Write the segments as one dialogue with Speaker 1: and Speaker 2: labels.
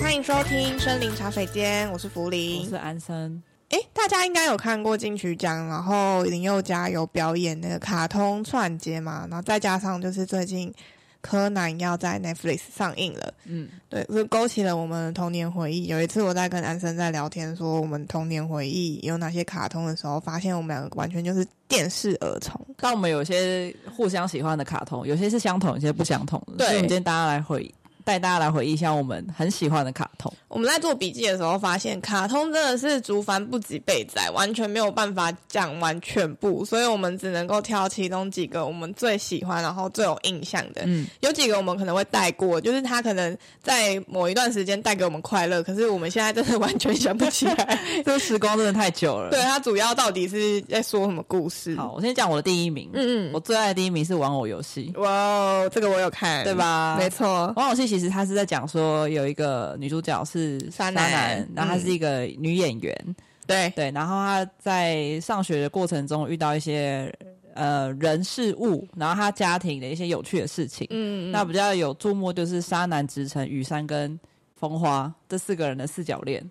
Speaker 1: 欢迎收听《森林茶水间》，我是福
Speaker 2: 我
Speaker 1: 林
Speaker 2: 是。安生，
Speaker 1: 哎，大家应该有看过金曲奖，然后林宥嘉有表演那个卡通串接嘛，然后再加上就是最近柯南要在 Netflix 上映了，
Speaker 2: 嗯，
Speaker 1: 对，就勾起了我们的童年回忆。有一次我在跟安生在聊天，说我们童年回忆有哪些卡通的时候，发现我们两个完全就是电视儿童。
Speaker 2: 但我们有些互相喜欢的卡通，有些是相同，有些不相同的。
Speaker 1: 对
Speaker 2: 所以我们今天大家来回带大家来回忆一下我们很喜欢的卡通。
Speaker 1: 我们在做笔记的时候发现，卡通真的是竹繁不及备载，完全没有办法讲完全部，所以我们只能够挑其中几个我们最喜欢，然后最有印象的。
Speaker 2: 嗯，
Speaker 1: 有几个我们可能会带过，就是他可能在某一段时间带给我们快乐，可是 我们现在真的完全想不起来，
Speaker 2: 这个时光真的太久了。
Speaker 1: 对，他主要到底是在说什么故事？
Speaker 2: 好，我先讲我的第一名。
Speaker 1: 嗯
Speaker 2: 我
Speaker 1: 嗯，
Speaker 2: 最爱的第一名是玩偶游戏，
Speaker 1: 哇哦，这个我有看，哦
Speaker 2: 对？吧？
Speaker 1: 没。错，
Speaker 2: 玩偶游戏其实他是在讲说有一个女主角是
Speaker 1: 沙男嗯
Speaker 2: 男，然后她是一个女演员，
Speaker 1: 对，
Speaker 2: 对，然后她在上学的过程中遇到一些呃人事物，然后她家庭的一些有趣的事情，
Speaker 1: 嗯，
Speaker 2: 那比较有注目就是沙男、直城、雨山跟风花这四个人的四角恋。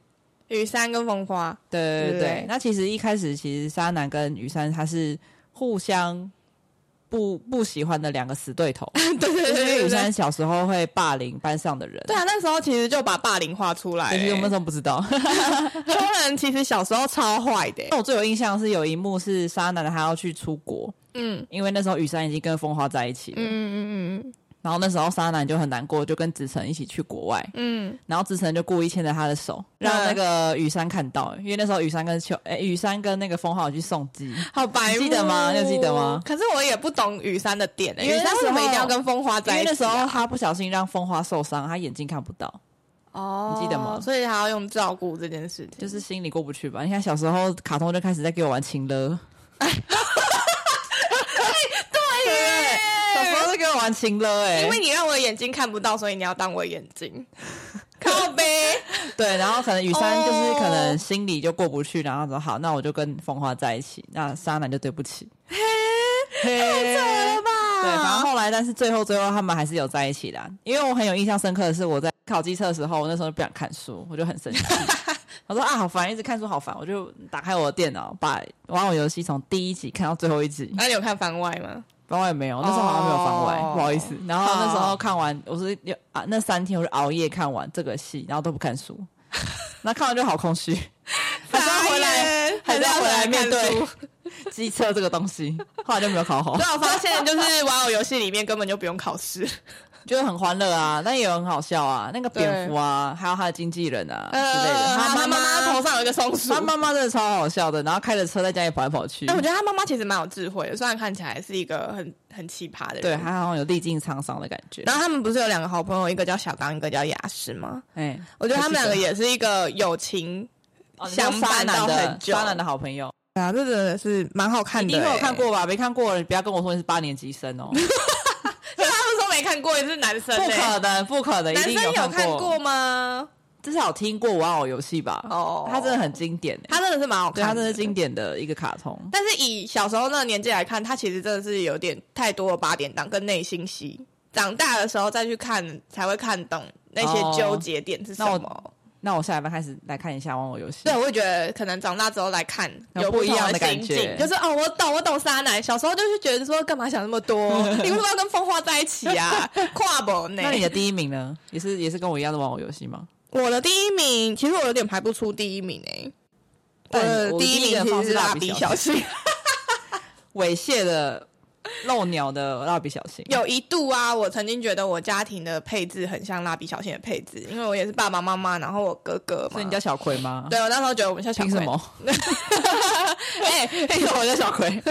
Speaker 1: 雨山跟风花，
Speaker 2: 对对对
Speaker 1: 对
Speaker 2: 那其实一开始其实沙男跟雨山他是互相不不喜欢的两个死 对头，
Speaker 1: 对对对
Speaker 2: 就是
Speaker 1: 对
Speaker 2: 因为
Speaker 1: 对
Speaker 2: 雨山小时候会霸凌班上的人。
Speaker 1: 对 啊，那时候其实就把霸凌画出来、
Speaker 2: 但是
Speaker 1: 欸。
Speaker 2: 我们怎么不知道？
Speaker 1: 秋人其实小时候超坏的欸、
Speaker 2: 那我最有印象是有一幕是沙男他要去出国，
Speaker 1: 嗯
Speaker 2: 因为那时候雨山已经跟风花在一起了，
Speaker 1: 嗯嗯
Speaker 2: 然后那时候沙男就很难过，就跟子晨一起去国外，
Speaker 1: 嗯
Speaker 2: 然后志成就故意牵着他的手，
Speaker 1: 嗯
Speaker 2: 让那个雨山看到，因为那时候雨山跟秋，哎、雨山跟那个风浩有去送机，
Speaker 1: 嗯，好白目，
Speaker 2: 你记得吗你有记得吗
Speaker 1: 可是我也不懂雨山的点、欸，
Speaker 2: 因为
Speaker 1: 雨山
Speaker 2: 那
Speaker 1: 为
Speaker 2: 时
Speaker 1: 什
Speaker 2: 候
Speaker 1: 么一定要跟风花
Speaker 2: 因
Speaker 1: 在
Speaker 2: 为
Speaker 1: 一
Speaker 2: 那
Speaker 1: 起
Speaker 2: 时
Speaker 1: 啊、
Speaker 2: 候他不小心让风花受伤，他眼睛看不到，
Speaker 1: 哦，
Speaker 2: 你记得吗
Speaker 1: 所以还要用照顾这件事情，
Speaker 2: 就是心里过不去吧。你看小时候卡通就开始在给我玩 情了，
Speaker 1: 对耶
Speaker 2: 小
Speaker 1: 哎
Speaker 2: 时候就给我玩情了、
Speaker 1: 因
Speaker 2: 哎，
Speaker 1: 为你让我眼睛看不到，所以你要当我眼睛， 靠背。
Speaker 2: 对，然后可能雨山就是
Speaker 1: 哦
Speaker 2: 可能心里就过不去，然后说好，那我就跟风花在一起，那沙男就对不起，嘿，
Speaker 1: 对吧？
Speaker 2: 对，反正后来，但是最后最后他们还是有在一起的。因为我很有印象深刻的是，我在考机测的时候，我那时候就不想看书，我就很生气。我说啊，好烦，一直看书好烦，我就打开我的电脑，把《玩偶游戏》从第一集看到最后一集。
Speaker 1: 啊那、你有看番外吗？
Speaker 2: 番外没有，那时候好像没有番外
Speaker 1: 哦
Speaker 2: 不好意思。然后那时
Speaker 1: 好
Speaker 2: 候看完，我是有啊，那三天我就熬夜看完这个戏，然后都不看书。那看完就好空虚， 还是要回来
Speaker 1: 来
Speaker 2: 还是要回来面对 机测这个东西。后来就没有考好
Speaker 1: 啊所，以我发现，就是玩偶游戏里面根本就不用考试。
Speaker 2: 觉得很欢乐啊，但也有很好笑啊。那个
Speaker 1: 对
Speaker 2: 蝙蝠啊，还有他的经纪人啊之类的，
Speaker 1: 呃，
Speaker 2: 他
Speaker 1: 他妈
Speaker 2: 妈
Speaker 1: 妈
Speaker 2: 妈
Speaker 1: 头上有一个松鼠
Speaker 2: 他。妈妈真的超好笑的，然后开着车在家里跑来跑去
Speaker 1: 哎，。我觉得他妈妈其实蛮有智慧的，虽然看起来是一个很很奇葩的人。
Speaker 2: 对，他好像有历尽沧桑的感觉。
Speaker 1: 然后他们不是有两个好朋友，一个叫小刚，一个叫雅诗吗？
Speaker 2: 哎，
Speaker 1: 我觉得他们两个也是一个友情。
Speaker 2: 相
Speaker 1: 相伴
Speaker 2: 伴啊
Speaker 1: 到
Speaker 2: 的
Speaker 1: 很久
Speaker 2: 渣男的好朋友，
Speaker 1: 对啊，这真的是蛮好看
Speaker 2: 你一
Speaker 1: 的、欸
Speaker 2: 定会有看，过吧？没看过，你不要跟我说你是八年级生 哦，
Speaker 1: 他们说没看过，也是男生、
Speaker 2: 不
Speaker 1: 欸。
Speaker 2: 可能，不可能，一
Speaker 1: 男
Speaker 2: 定
Speaker 1: 生有看
Speaker 2: 过，
Speaker 1: 过吗？
Speaker 2: 至少听过玩偶游戏吧？
Speaker 1: 哦
Speaker 2: 它真的很经典欸，
Speaker 1: 他真的是蛮好
Speaker 2: 对，
Speaker 1: 看
Speaker 2: 它
Speaker 1: 的，
Speaker 2: 真的是经典的一个卡通。
Speaker 1: 但是以小时候那个年纪来看，他其实真的是有点太多了八点档跟内心戏。长大的时候再去看，才会看懂那些纠结点是什么。
Speaker 2: 哦那我下一班开始来看一下玩偶游戏
Speaker 1: 对，。我会觉得可能长大之后来看
Speaker 2: 有
Speaker 1: 有
Speaker 2: 不一
Speaker 1: 同
Speaker 2: 样的感
Speaker 1: 心境
Speaker 2: 觉
Speaker 1: 就是哦，我懂，我懂沙奶。小时候就是觉得说，干嘛想那么 多？你为什么要跟风花在一起啊？ 跨不呢
Speaker 2: 那？你的第一名呢？也是也是跟我一样的玩偶游戏吗？
Speaker 1: 我的第一名，其实我有点排不出第一名诶、我的
Speaker 2: 我
Speaker 1: 第
Speaker 2: 第
Speaker 1: 一
Speaker 2: 一
Speaker 1: 名
Speaker 2: 个
Speaker 1: 其
Speaker 2: 放
Speaker 1: 实
Speaker 2: 是
Speaker 1: 是蜡
Speaker 2: 蜡
Speaker 1: 笔
Speaker 2: 笔
Speaker 1: 小
Speaker 2: 小
Speaker 1: 新，
Speaker 2: 猥亵的漏鸟的蜡笔小新。
Speaker 1: 有一度啊，我曾经觉得我家庭的配置很像蜡笔小新的配置，因为我也是爸爸妈妈，然后我哥哥嘛。
Speaker 2: 所以你叫小葵吗？
Speaker 1: 对，我那时候觉得我们像小
Speaker 2: 凭
Speaker 1: 鬼
Speaker 2: 什，么？
Speaker 1: 哎、
Speaker 2: 凭什么我叫小 葵？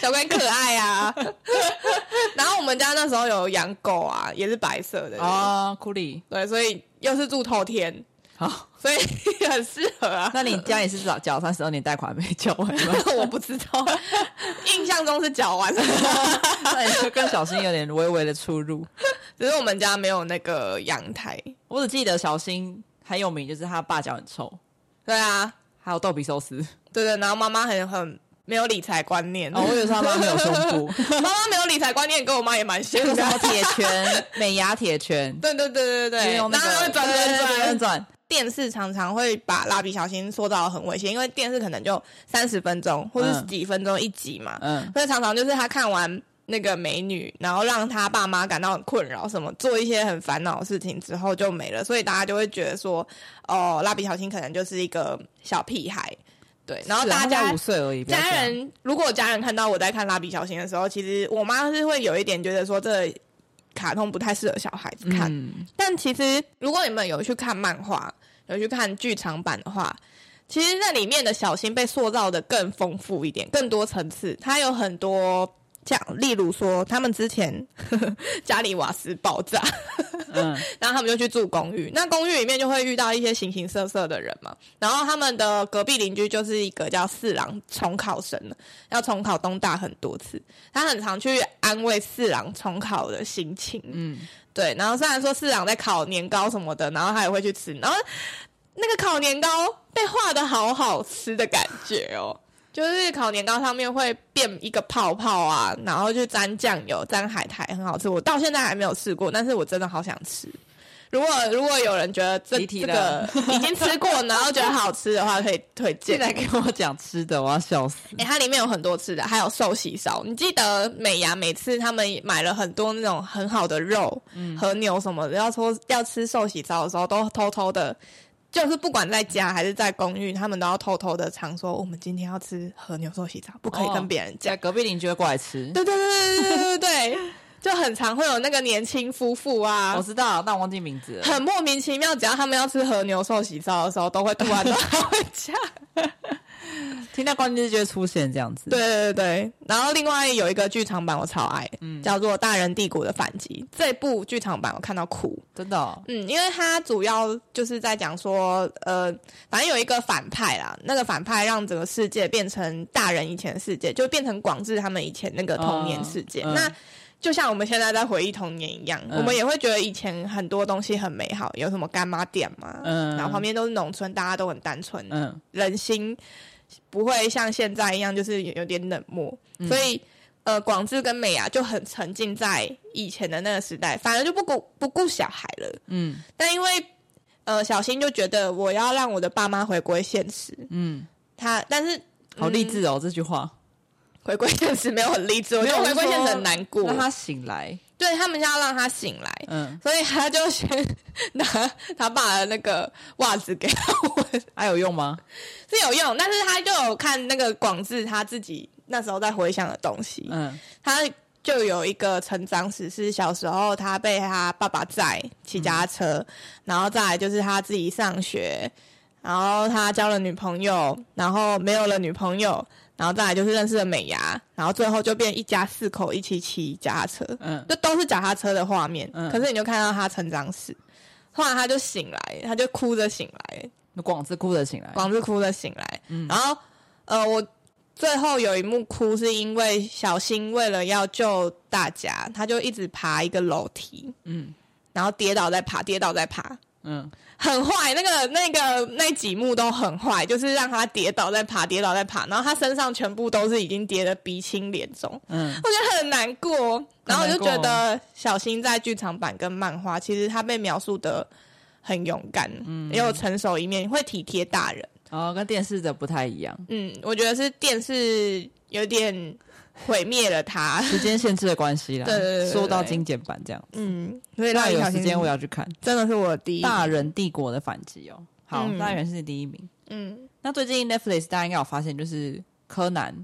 Speaker 1: 小鬼很可爱 啊。然后我们家那时候有养狗啊，也是白色的，
Speaker 2: 啊，库里。
Speaker 1: 对，所以又是住透天，
Speaker 2: 好，
Speaker 1: 所以很适合啊。
Speaker 2: 那你家里是缴缴三十二年贷款没缴完吗？
Speaker 1: 我不知道，印象中是脚完，
Speaker 2: 那你就跟小新有点微微的出入。
Speaker 1: 只是我们家没有那个阳台。
Speaker 2: 我只记得小新很有名，就是他爸脚很臭，
Speaker 1: 对啊，
Speaker 2: 还有豆皮寿司。
Speaker 1: 对对，然后妈妈很很没有理财观念。
Speaker 2: 哦，我以为是他妈没有胸部，
Speaker 1: 妈妈没有理财观念，跟我妈也蛮像
Speaker 2: 那个什 么
Speaker 1: 的。
Speaker 2: 铁拳、美牙铁拳，
Speaker 1: 对对对对对，
Speaker 2: 就是
Speaker 1: 然后
Speaker 2: 用那
Speaker 1: 会
Speaker 2: 个
Speaker 1: 转
Speaker 2: 对
Speaker 1: 转
Speaker 2: 对对
Speaker 1: 转
Speaker 2: 转转，
Speaker 1: 电视常常会把蜡笔小新塑造的很危险，因为电视可能就三十分钟或是
Speaker 2: 嗯
Speaker 1: 几分钟一集嘛，
Speaker 2: 嗯，
Speaker 1: 所以常常就是他看完那个美女，然后让他爸妈感到很困扰，什么做一些很烦恼的事情之后就没了，所以大家就会觉得说，哦，蜡笔小新可能就是一个小屁孩，对，然后
Speaker 2: 是啊
Speaker 1: 大
Speaker 2: 他
Speaker 1: 家
Speaker 2: 才五岁而已，不要
Speaker 1: 家
Speaker 2: 这样
Speaker 1: 人如果家人看到我在看蜡笔小新的时候，其实我妈是会有一点觉得说这卡通不太适合小孩子看，
Speaker 2: 嗯
Speaker 1: 但其实如果你们有去看漫画，有去看剧场版的话，其实那里面的小新被塑造的更丰富一点，更多层次，它有很多。像例如说，他们之前 家里瓦斯爆炸，
Speaker 2: 嗯，
Speaker 1: 然后他们就去住公寓。那公寓里面就会遇到一些形形色色的人嘛。然后他们的隔壁邻居就是一个叫四郎重考生的，要重考东大很多次。他很常去安慰四郎重考的心情。嗯
Speaker 2: 嗯，
Speaker 1: 对。然后虽然说四郎在烤年糕什么的，然后他也会去吃，然后那个烤年糕被画的好好吃的感觉哦。就是烤年糕上面会变一个泡泡啊，然后去沾酱油、沾海苔，很好吃。我到现在还没有试过，但是我真的好想吃。如果如果有人觉得这这
Speaker 2: 离题
Speaker 1: 个
Speaker 2: 了
Speaker 1: 已经吃 过，然后觉得好吃的话，可以推荐
Speaker 2: 进。来跟我讲吃的，我要笑死。
Speaker 1: 哎、它里面有很多吃的，还有寿喜烧。你记得美牙每次他们买了很多那种很好的肉、和牛什么的，要说要吃寿喜烧的时候，都偷偷的，就是不管在家还是在公寓，他们都要偷偷的常说，我们今天要吃和牛寿喜烧，不可以
Speaker 2: 哦
Speaker 1: 跟别人讲。
Speaker 2: 家隔壁邻居会过来吃，
Speaker 1: 对对对对对对对对，就很常会有那个年轻夫妇啊
Speaker 2: 我。知道，但我忘记名字了。
Speaker 1: 很莫名其妙，只要他们要吃和牛寿喜烧的时候，都会突然 的回家。
Speaker 2: 听到关键字就会出现这样子。
Speaker 1: 对，对对对，然后另外有一个剧场版我超爱，
Speaker 2: 嗯
Speaker 1: 叫做《大人帝国的反击》。这部剧场版我看到哭，
Speaker 2: 真的哦、
Speaker 1: 嗯，因为它主要就是在讲说，呃，反正有一个反派啦，那个反派让整个世界变成大人以前的世界，就变成广志他们以前那个童年世界。
Speaker 2: 嗯嗯
Speaker 1: 那就像我们现在在回忆童年一样，
Speaker 2: 嗯
Speaker 1: 我们也会觉得以前很多东西很美好，有什么干妈店嘛，
Speaker 2: 嗯
Speaker 1: 然后旁边都是农村，大家都很单纯，
Speaker 2: 嗯，
Speaker 1: 人心不会像现在一样，就是有有点冷漠。所以，呃，广志跟美雅就很沉浸在以前的那个时代，反而就不顾不顾小孩了。
Speaker 2: 嗯
Speaker 1: 但因为呃，小新就觉得我要让我的爸妈回归现实，
Speaker 2: 嗯，
Speaker 1: 他但是
Speaker 2: 好励、
Speaker 1: 嗯
Speaker 2: 志哦，这句话。
Speaker 1: 回归现实没有很励志，我觉得回归现实很难过。
Speaker 2: 让他醒来。
Speaker 1: 对他们要让他醒来。
Speaker 2: 嗯，
Speaker 1: 所以他就先 拿他爸的那个袜子给他闻，
Speaker 2: 还有用吗？
Speaker 1: 是有用，但是他就有看那个广志他自己那时候在回想的东西，
Speaker 2: 嗯
Speaker 1: 他就有一个成长史是小时候他被他爸爸载骑脚踏车，
Speaker 2: 嗯
Speaker 1: 然后再来就是他自己上学，然后他交了女朋友，然后没有了女朋友，然后再来就是认识了美牙，然后最后就变一家四口一起骑脚踏车，
Speaker 2: 嗯
Speaker 1: 就都是脚踏车的画面，
Speaker 2: 嗯
Speaker 1: 可是你就看到他成长史。后来他就醒来，他就哭着醒来，
Speaker 2: 那广子哭着醒来。
Speaker 1: 广志哭了醒来，然后呃，我最后有一幕哭是因为小新为了要救大家，他就一直爬一个楼梯，
Speaker 2: 嗯
Speaker 1: 然后跌倒再爬，跌倒再爬，
Speaker 2: 嗯，
Speaker 1: 很坏。那个那个那几幕都很坏，就是让他跌倒再爬，跌倒再爬，然后他身上全部都是已经跌得鼻青脸肿，
Speaker 2: 嗯，
Speaker 1: 我觉得很难过。哦然后我就觉
Speaker 2: 很
Speaker 1: 得小新在剧场版跟漫画，其实他被描述的很勇敢，也有成熟一面，会体贴大人。
Speaker 2: 哦，跟电视的不太一 样，
Speaker 1: 嗯，我觉得是电视有点毁灭了他。
Speaker 2: 时间限制的关系啦。
Speaker 1: 对对对对对
Speaker 2: 说到精简版这样，
Speaker 1: 嗯，所以蜡
Speaker 2: 那
Speaker 1: 笔
Speaker 2: 有
Speaker 1: 小
Speaker 2: 时
Speaker 1: 新
Speaker 2: 间我要去看《
Speaker 1: 真的是我的第一。
Speaker 2: 大人帝国的反击》哦。好，
Speaker 1: 嗯
Speaker 2: 大人是第一名。
Speaker 1: 嗯
Speaker 2: 那最近 Netflix 大家应该有发现，就是柯南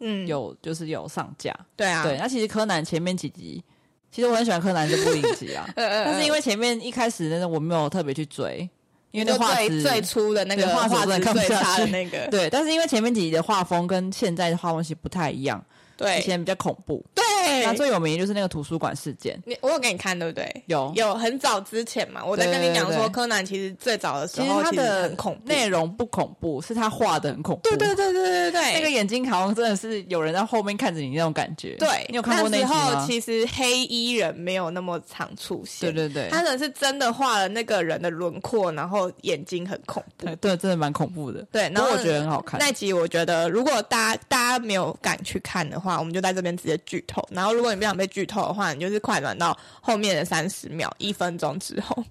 Speaker 1: 嗯，
Speaker 2: 有就是有上架。
Speaker 1: 对啊，，
Speaker 2: 对，那其实柯南前面几集，其实我很喜欢柯南这部影集啊
Speaker 1: 呃，呃
Speaker 2: 但是因
Speaker 1: 为
Speaker 2: 为前面一开始那个我没有特别去追，因为那画
Speaker 1: 最
Speaker 2: 质
Speaker 1: 最初的那个
Speaker 2: 对画质
Speaker 1: 画
Speaker 2: 我
Speaker 1: 质
Speaker 2: 真的看不
Speaker 1: 最
Speaker 2: 下
Speaker 1: 差的
Speaker 2: 去
Speaker 1: 那 个，
Speaker 2: 对，但是因为前面几集的画风跟现在的画风其实不太一样，以
Speaker 1: 对
Speaker 2: 前比较恐怖，
Speaker 1: 对
Speaker 2: 那
Speaker 1: 对，
Speaker 2: 最有名就是那个图书馆事件，
Speaker 1: 你我有给你看对不对？
Speaker 2: 有
Speaker 1: 有很早之前嘛，我在跟你讲
Speaker 2: 对对
Speaker 1: 说，
Speaker 2: 对
Speaker 1: 柯南其实最早的时
Speaker 2: 其实
Speaker 1: 候
Speaker 2: 他
Speaker 1: 其实
Speaker 2: 的
Speaker 1: 很恐怖，
Speaker 2: 内容不恐怖，是他画的很恐怖。
Speaker 1: 对对对对对对对，
Speaker 2: 那个眼睛好像真的是有人在后面看着你那种感觉。
Speaker 1: 对，
Speaker 2: 你有看过那一
Speaker 1: 时
Speaker 2: 集
Speaker 1: 候
Speaker 2: 吗？
Speaker 1: 其实黑衣人没有那么常出
Speaker 2: 对
Speaker 1: 现，
Speaker 2: 对对，
Speaker 1: 他可能是真的画了那个人的轮廓，然后眼睛很恐怖。
Speaker 2: 对，真的蛮恐怖的。
Speaker 1: 对，然
Speaker 2: 不
Speaker 1: 后
Speaker 2: 过我觉得很好看。
Speaker 1: 那集我觉得，如果大家大家没有敢去看的话，我们就在这边直接剧透。然后，如果你不想被剧透的话，你就是快转到后面的三十秒、一分钟之后。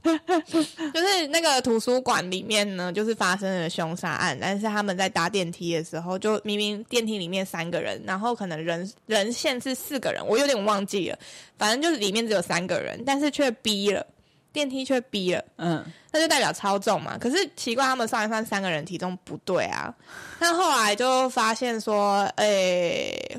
Speaker 1: 就是那个图书馆里面呢，就是发生了凶杀案，但是他们在搭电梯的时候，就明明电梯里面三个人，然后可能人人限是四个人，我有点忘记了，反正就是里面只有三个人，但是却逼了电梯却逼了。
Speaker 2: 嗯，
Speaker 1: 那就代表超重嘛。可是奇怪，他们算一算三个人体重不对啊。但后来就发现说，诶、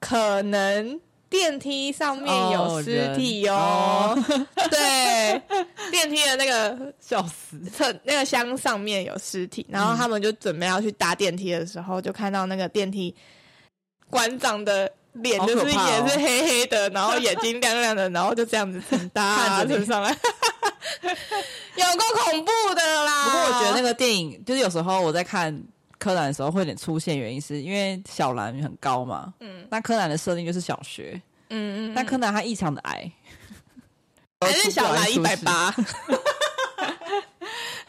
Speaker 1: 可能电梯上面有尸体哦。 对，电梯的那个
Speaker 2: 笑死！
Speaker 1: 侧那个箱上面有尸体，然
Speaker 2: 嗯
Speaker 1: 后他们就准备要去搭电梯的时候，就看到那个电梯馆长的。脸
Speaker 2: 好
Speaker 1: 就
Speaker 2: 可
Speaker 1: 是
Speaker 2: 怕哦
Speaker 1: 也是黑黑的，然后眼睛亮亮的，然后就这样子 睁大
Speaker 2: 看着你
Speaker 1: 身上来， 有够恐怖的啦！
Speaker 2: 不过我觉得那个电影，就是有时候我在看柯南的时候会有点出现，原因是因为小兰很高嘛。嗯，那柯南的设定就是小学，
Speaker 1: 嗯，嗯嗯，
Speaker 2: 但柯南他异常的矮，
Speaker 1: 还是小兰一百八，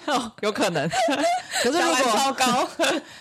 Speaker 2: 哦有可能。可是
Speaker 1: 小
Speaker 2: 如
Speaker 1: 兰
Speaker 2: 果
Speaker 1: 超 高，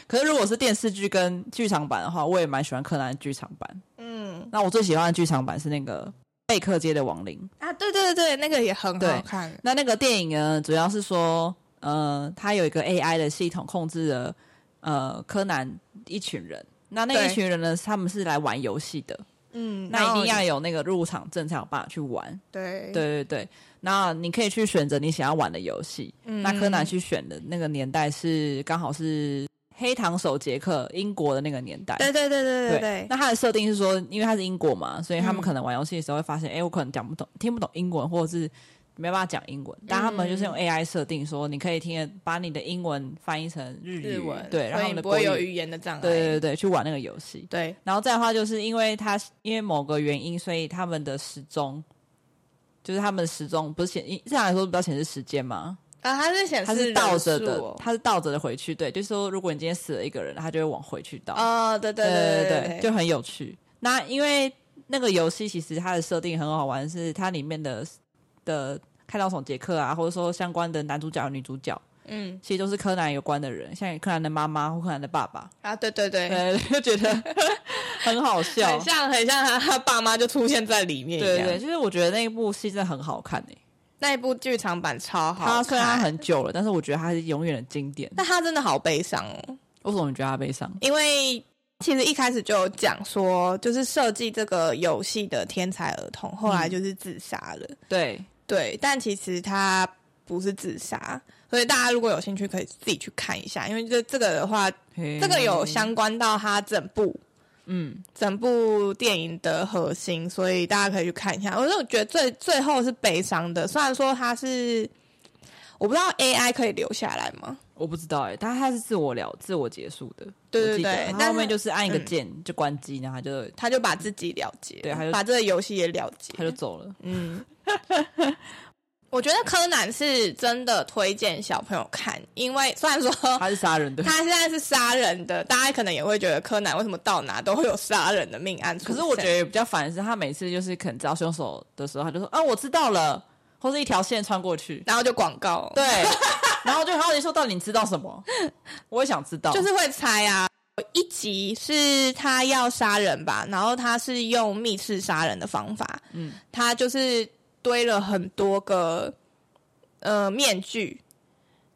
Speaker 2: 可是如果是电视剧跟剧场版的话，我也蛮喜欢柯南的剧场版。
Speaker 1: 嗯
Speaker 2: 那我最喜欢的剧场版是那个贝克街的亡灵。
Speaker 1: 啊，对对对，那个也很好
Speaker 2: 对
Speaker 1: 看，
Speaker 2: 那那个电影呢，主要是说，呃，它有一个 AI 的系统控制了，呃，柯南一群人。那那
Speaker 1: 对
Speaker 2: 一群人呢，他们是来玩游戏的，
Speaker 1: 嗯，
Speaker 2: 那一定
Speaker 1: 然
Speaker 2: 要
Speaker 1: 后嗯
Speaker 2: 有那个入场证才有办法去玩。
Speaker 1: 对
Speaker 2: 对，对对，那你可以去选择你想要玩的游戏。
Speaker 1: 嗯
Speaker 2: 那柯南去选的那个年代是刚好是黑糖手杰克英国的那个年代。
Speaker 1: 对对对对对对，
Speaker 2: 那它的设定是说，因为它是英国嘛，所以他
Speaker 1: 嗯
Speaker 2: 们可能玩游戏的时候会发现，哎、我可能讲不懂、听不懂英文，或者是没办法讲英文。但他们就是
Speaker 1: 嗯
Speaker 2: 用 AI 设定说，你可以听得把你的英文翻译成日语，
Speaker 1: 日文，
Speaker 2: 对，然
Speaker 1: 所以
Speaker 2: 后你
Speaker 1: 你
Speaker 2: 的
Speaker 1: 不
Speaker 2: 国
Speaker 1: 会有
Speaker 2: 语，
Speaker 1: 语言的障碍，
Speaker 2: 对对对对，去玩那个游戏。
Speaker 1: 对，
Speaker 2: 然后再的话，就是因为它因为某个原因，所以他们的时钟。就是他们的时钟不是显，正常来说比较显示时间嘛，
Speaker 1: 啊，它是显
Speaker 2: 它
Speaker 1: 示
Speaker 2: 是倒着
Speaker 1: 人
Speaker 2: 的
Speaker 1: 数，哦
Speaker 2: 它是倒着的回去。对，就是说，如果你今天死了一个人，它就会往回去倒。
Speaker 1: 哦，对对
Speaker 2: 对
Speaker 1: 对
Speaker 2: 就很有趣。那因为那个游戏其实它的设定很好玩，是它里面的的开导总杰克啊，或者说相关的男主角、女主角，
Speaker 1: 嗯
Speaker 2: 其实都是柯南有关的人，像柯南的妈妈或柯南的爸爸，
Speaker 1: 啊，对对对，
Speaker 2: 对，就觉得 很好笑
Speaker 1: 很。像很像他他爸妈就出现在里面
Speaker 2: 对
Speaker 1: 一样。
Speaker 2: 对对，就是我觉得那一部戏真的很好看诶、
Speaker 1: 那一部剧场版超好看，
Speaker 2: 它虽然它很久了，但是我觉得它是永远的经典。
Speaker 1: 但他真的好悲伤哦，
Speaker 2: 为什么你觉得它悲伤？
Speaker 1: 因为其实一开始就有讲说，就是设计这个游戏的天才儿童后
Speaker 2: 嗯
Speaker 1: 来就是自杀了，
Speaker 2: 对，
Speaker 1: 对，但其实他不是自杀。所以大家如果有兴趣，可以自己去看一下，因为这这个的话，这
Speaker 2: 这
Speaker 1: 个有相关到他整部
Speaker 2: 嗯，
Speaker 1: 整部电影的核心，所以大家可以去看一下。我就觉得最最后是悲伤的，虽然说它是我不知道 AI 可以留下来吗？
Speaker 2: 我不知道哎、欸，但它是自我了、自我结束的。
Speaker 1: 对对
Speaker 2: 我记得
Speaker 1: 对
Speaker 2: 它
Speaker 1: 但
Speaker 2: 后面
Speaker 1: 是
Speaker 2: 就是按一个
Speaker 1: 嗯
Speaker 2: 键、就关机，然后它就
Speaker 1: 他就把自己了结，
Speaker 2: 对他就
Speaker 1: 把这个游戏也了结
Speaker 2: 它。就走了。
Speaker 1: 嗯，我觉得柯南是真的推荐小朋友看，因为虽然 说
Speaker 2: 它是杀人的，
Speaker 1: 他现在是杀人的，大家可能也会觉得柯南为什么到哪都会有杀人的命案出
Speaker 2: 可
Speaker 1: 现
Speaker 2: 是我觉得比较烦的是，他每次就是可能知道凶手的时候，他就说啊我知道了，或是一条线穿过去，
Speaker 1: 然后就广告，
Speaker 2: 对，然后我就很好奇说到底你知道什么？ 我也想知道，
Speaker 1: 就是会猜啊。有一集是他要杀人吧，然后他是用密室杀人的方法，
Speaker 2: 嗯
Speaker 1: 他就是堆了很多个呃面具，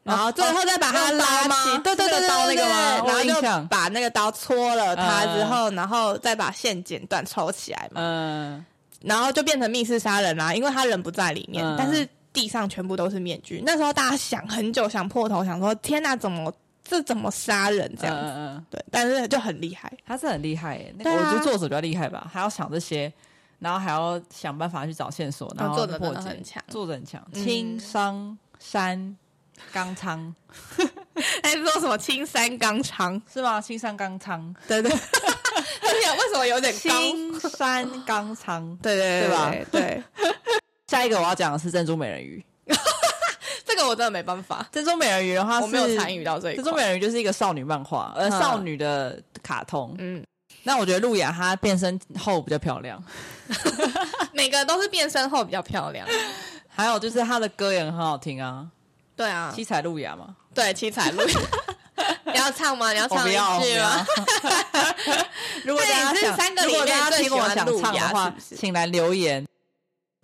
Speaker 1: 然后最后再把它拉
Speaker 2: 哦
Speaker 1: 起，
Speaker 2: 用刀吗
Speaker 1: 对对对对
Speaker 2: 是那个刀
Speaker 1: 对
Speaker 2: 那个吗
Speaker 1: 对对
Speaker 2: 我有印
Speaker 1: 然后
Speaker 2: 象
Speaker 1: 就把那个刀戳了它
Speaker 2: 嗯
Speaker 1: 之后，然后再把线剪断抽起来嘛，
Speaker 2: 嗯、
Speaker 1: 然后就变成密室杀人啊啦，因为他人不在里面
Speaker 2: 嗯，
Speaker 1: 但是地上全部都是面具。那时候大家想很久，想破头，想说天哪，怎么这怎么杀人这样
Speaker 2: 嗯
Speaker 1: 子？
Speaker 2: 嗯嗯，
Speaker 1: 对，但是就很厉害。
Speaker 2: 他是很厉害耶、那个
Speaker 1: 对啊
Speaker 2: 我觉得作者比较厉害吧，还要想这些。然后还要想办法去找线索，然后
Speaker 1: 作者真的
Speaker 2: 破解
Speaker 1: 很强
Speaker 2: 作者嗯很强，
Speaker 1: 嗯
Speaker 2: 轻商山冈仓
Speaker 1: 哎还说什么青山刚昌？
Speaker 2: 是吗？青山刚昌，
Speaker 1: 对对，听起来为什么有点高？
Speaker 2: 青山刚昌。
Speaker 1: 对对
Speaker 2: 对吧
Speaker 1: 对对，
Speaker 2: 下一个我要讲的是珍珠美人鱼。
Speaker 1: 这个我真的没办法，
Speaker 2: 珍珠美人鱼的话，
Speaker 1: 我没有参。与啊到这一
Speaker 2: 珍
Speaker 1: 块。
Speaker 2: 珠美人鱼就是一个少女漫画，呃，
Speaker 1: 嗯
Speaker 2: 少女的卡通。
Speaker 1: 嗯，
Speaker 2: 那我觉得露雅她变身后比较漂亮，
Speaker 1: 啊每个都是变身后比较漂亮。
Speaker 2: 还有就是她的歌也很好听啊，
Speaker 1: 对啊，
Speaker 2: 七彩露雅嘛。
Speaker 1: 对七彩 路。你要唱吗？你要
Speaker 2: 我
Speaker 1: 唱
Speaker 2: 不
Speaker 1: 一
Speaker 2: 要，我不
Speaker 1: 句吗
Speaker 2: 要？ 如果大
Speaker 1: 那
Speaker 2: 家
Speaker 1: 你是
Speaker 2: 想，
Speaker 1: 三个里
Speaker 2: 如果
Speaker 1: 面
Speaker 2: 大家
Speaker 1: 最
Speaker 2: 听我
Speaker 1: 喜欢
Speaker 2: 想
Speaker 1: 路
Speaker 2: 唱的
Speaker 1: 亚
Speaker 2: 话，
Speaker 1: 是不是
Speaker 2: 请来留言。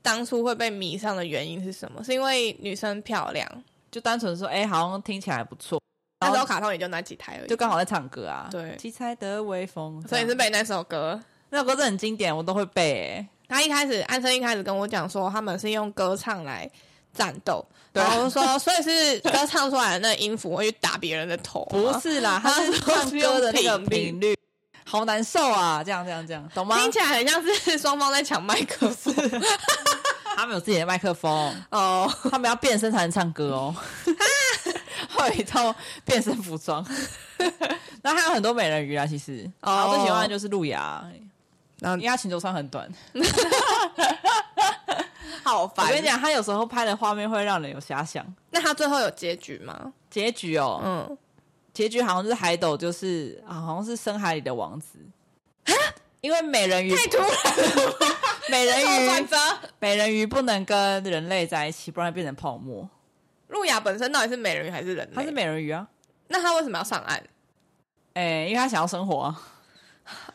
Speaker 1: 当初会被迷上的原因是什么？是因为女生漂亮，
Speaker 2: 就单纯说，哎、好像听起来不错，
Speaker 1: 那
Speaker 2: 然
Speaker 1: 时候
Speaker 2: 后
Speaker 1: 卡通也就那几台而已，
Speaker 2: 就刚好在唱歌啊。
Speaker 1: 对
Speaker 2: 七彩的微风，
Speaker 1: 所以
Speaker 2: 这
Speaker 1: 是
Speaker 2: 样
Speaker 1: 被那首歌。
Speaker 2: 那首歌真的很经典，我都会背、哎
Speaker 1: 他一开始安生一开始跟我讲说，他们是用歌唱来战斗，
Speaker 2: 对
Speaker 1: 然后我就说，所以是歌唱出来的那音符会去打别人的头吗，
Speaker 2: 不是啦，它是
Speaker 1: 它
Speaker 2: 唱
Speaker 1: 是
Speaker 2: 歌的那个
Speaker 1: 用频
Speaker 2: 频率，好难受啊！这样这样这样，懂吗？
Speaker 1: 听起来很像是双方在抢麦克风
Speaker 2: 他们有自己的麦克风，
Speaker 1: 哦。
Speaker 2: 他们要变身才能唱歌 哦。还有一套变身服装， 那还有很多美人鱼啊，其实。
Speaker 1: 哦
Speaker 2: 然后最喜欢的就是露雅，
Speaker 1: 然后
Speaker 2: 因为她裙轴穿很短。
Speaker 1: 好
Speaker 2: 我
Speaker 1: 烦，
Speaker 2: 跟你，讲，她有时候拍的画面会让人有遐想。
Speaker 1: 那他最后有结局吗？
Speaker 2: 结局哦，
Speaker 1: 嗯，
Speaker 2: 结局好像是海斗就是啊，好像是深海里的王子，因为美人鱼
Speaker 1: 太突然
Speaker 2: 美
Speaker 1: 了，
Speaker 2: 人
Speaker 1: 转
Speaker 2: 鱼
Speaker 1: 折。
Speaker 2: 美人鱼不能跟人类在一起，不然会变成泡沫。
Speaker 1: 路亚本身到底是美人鱼还是人
Speaker 2: 她是
Speaker 1: 类？
Speaker 2: 美人鱼啊，
Speaker 1: 那他为什么要上岸？
Speaker 2: 哎、因为她想要生活、啊，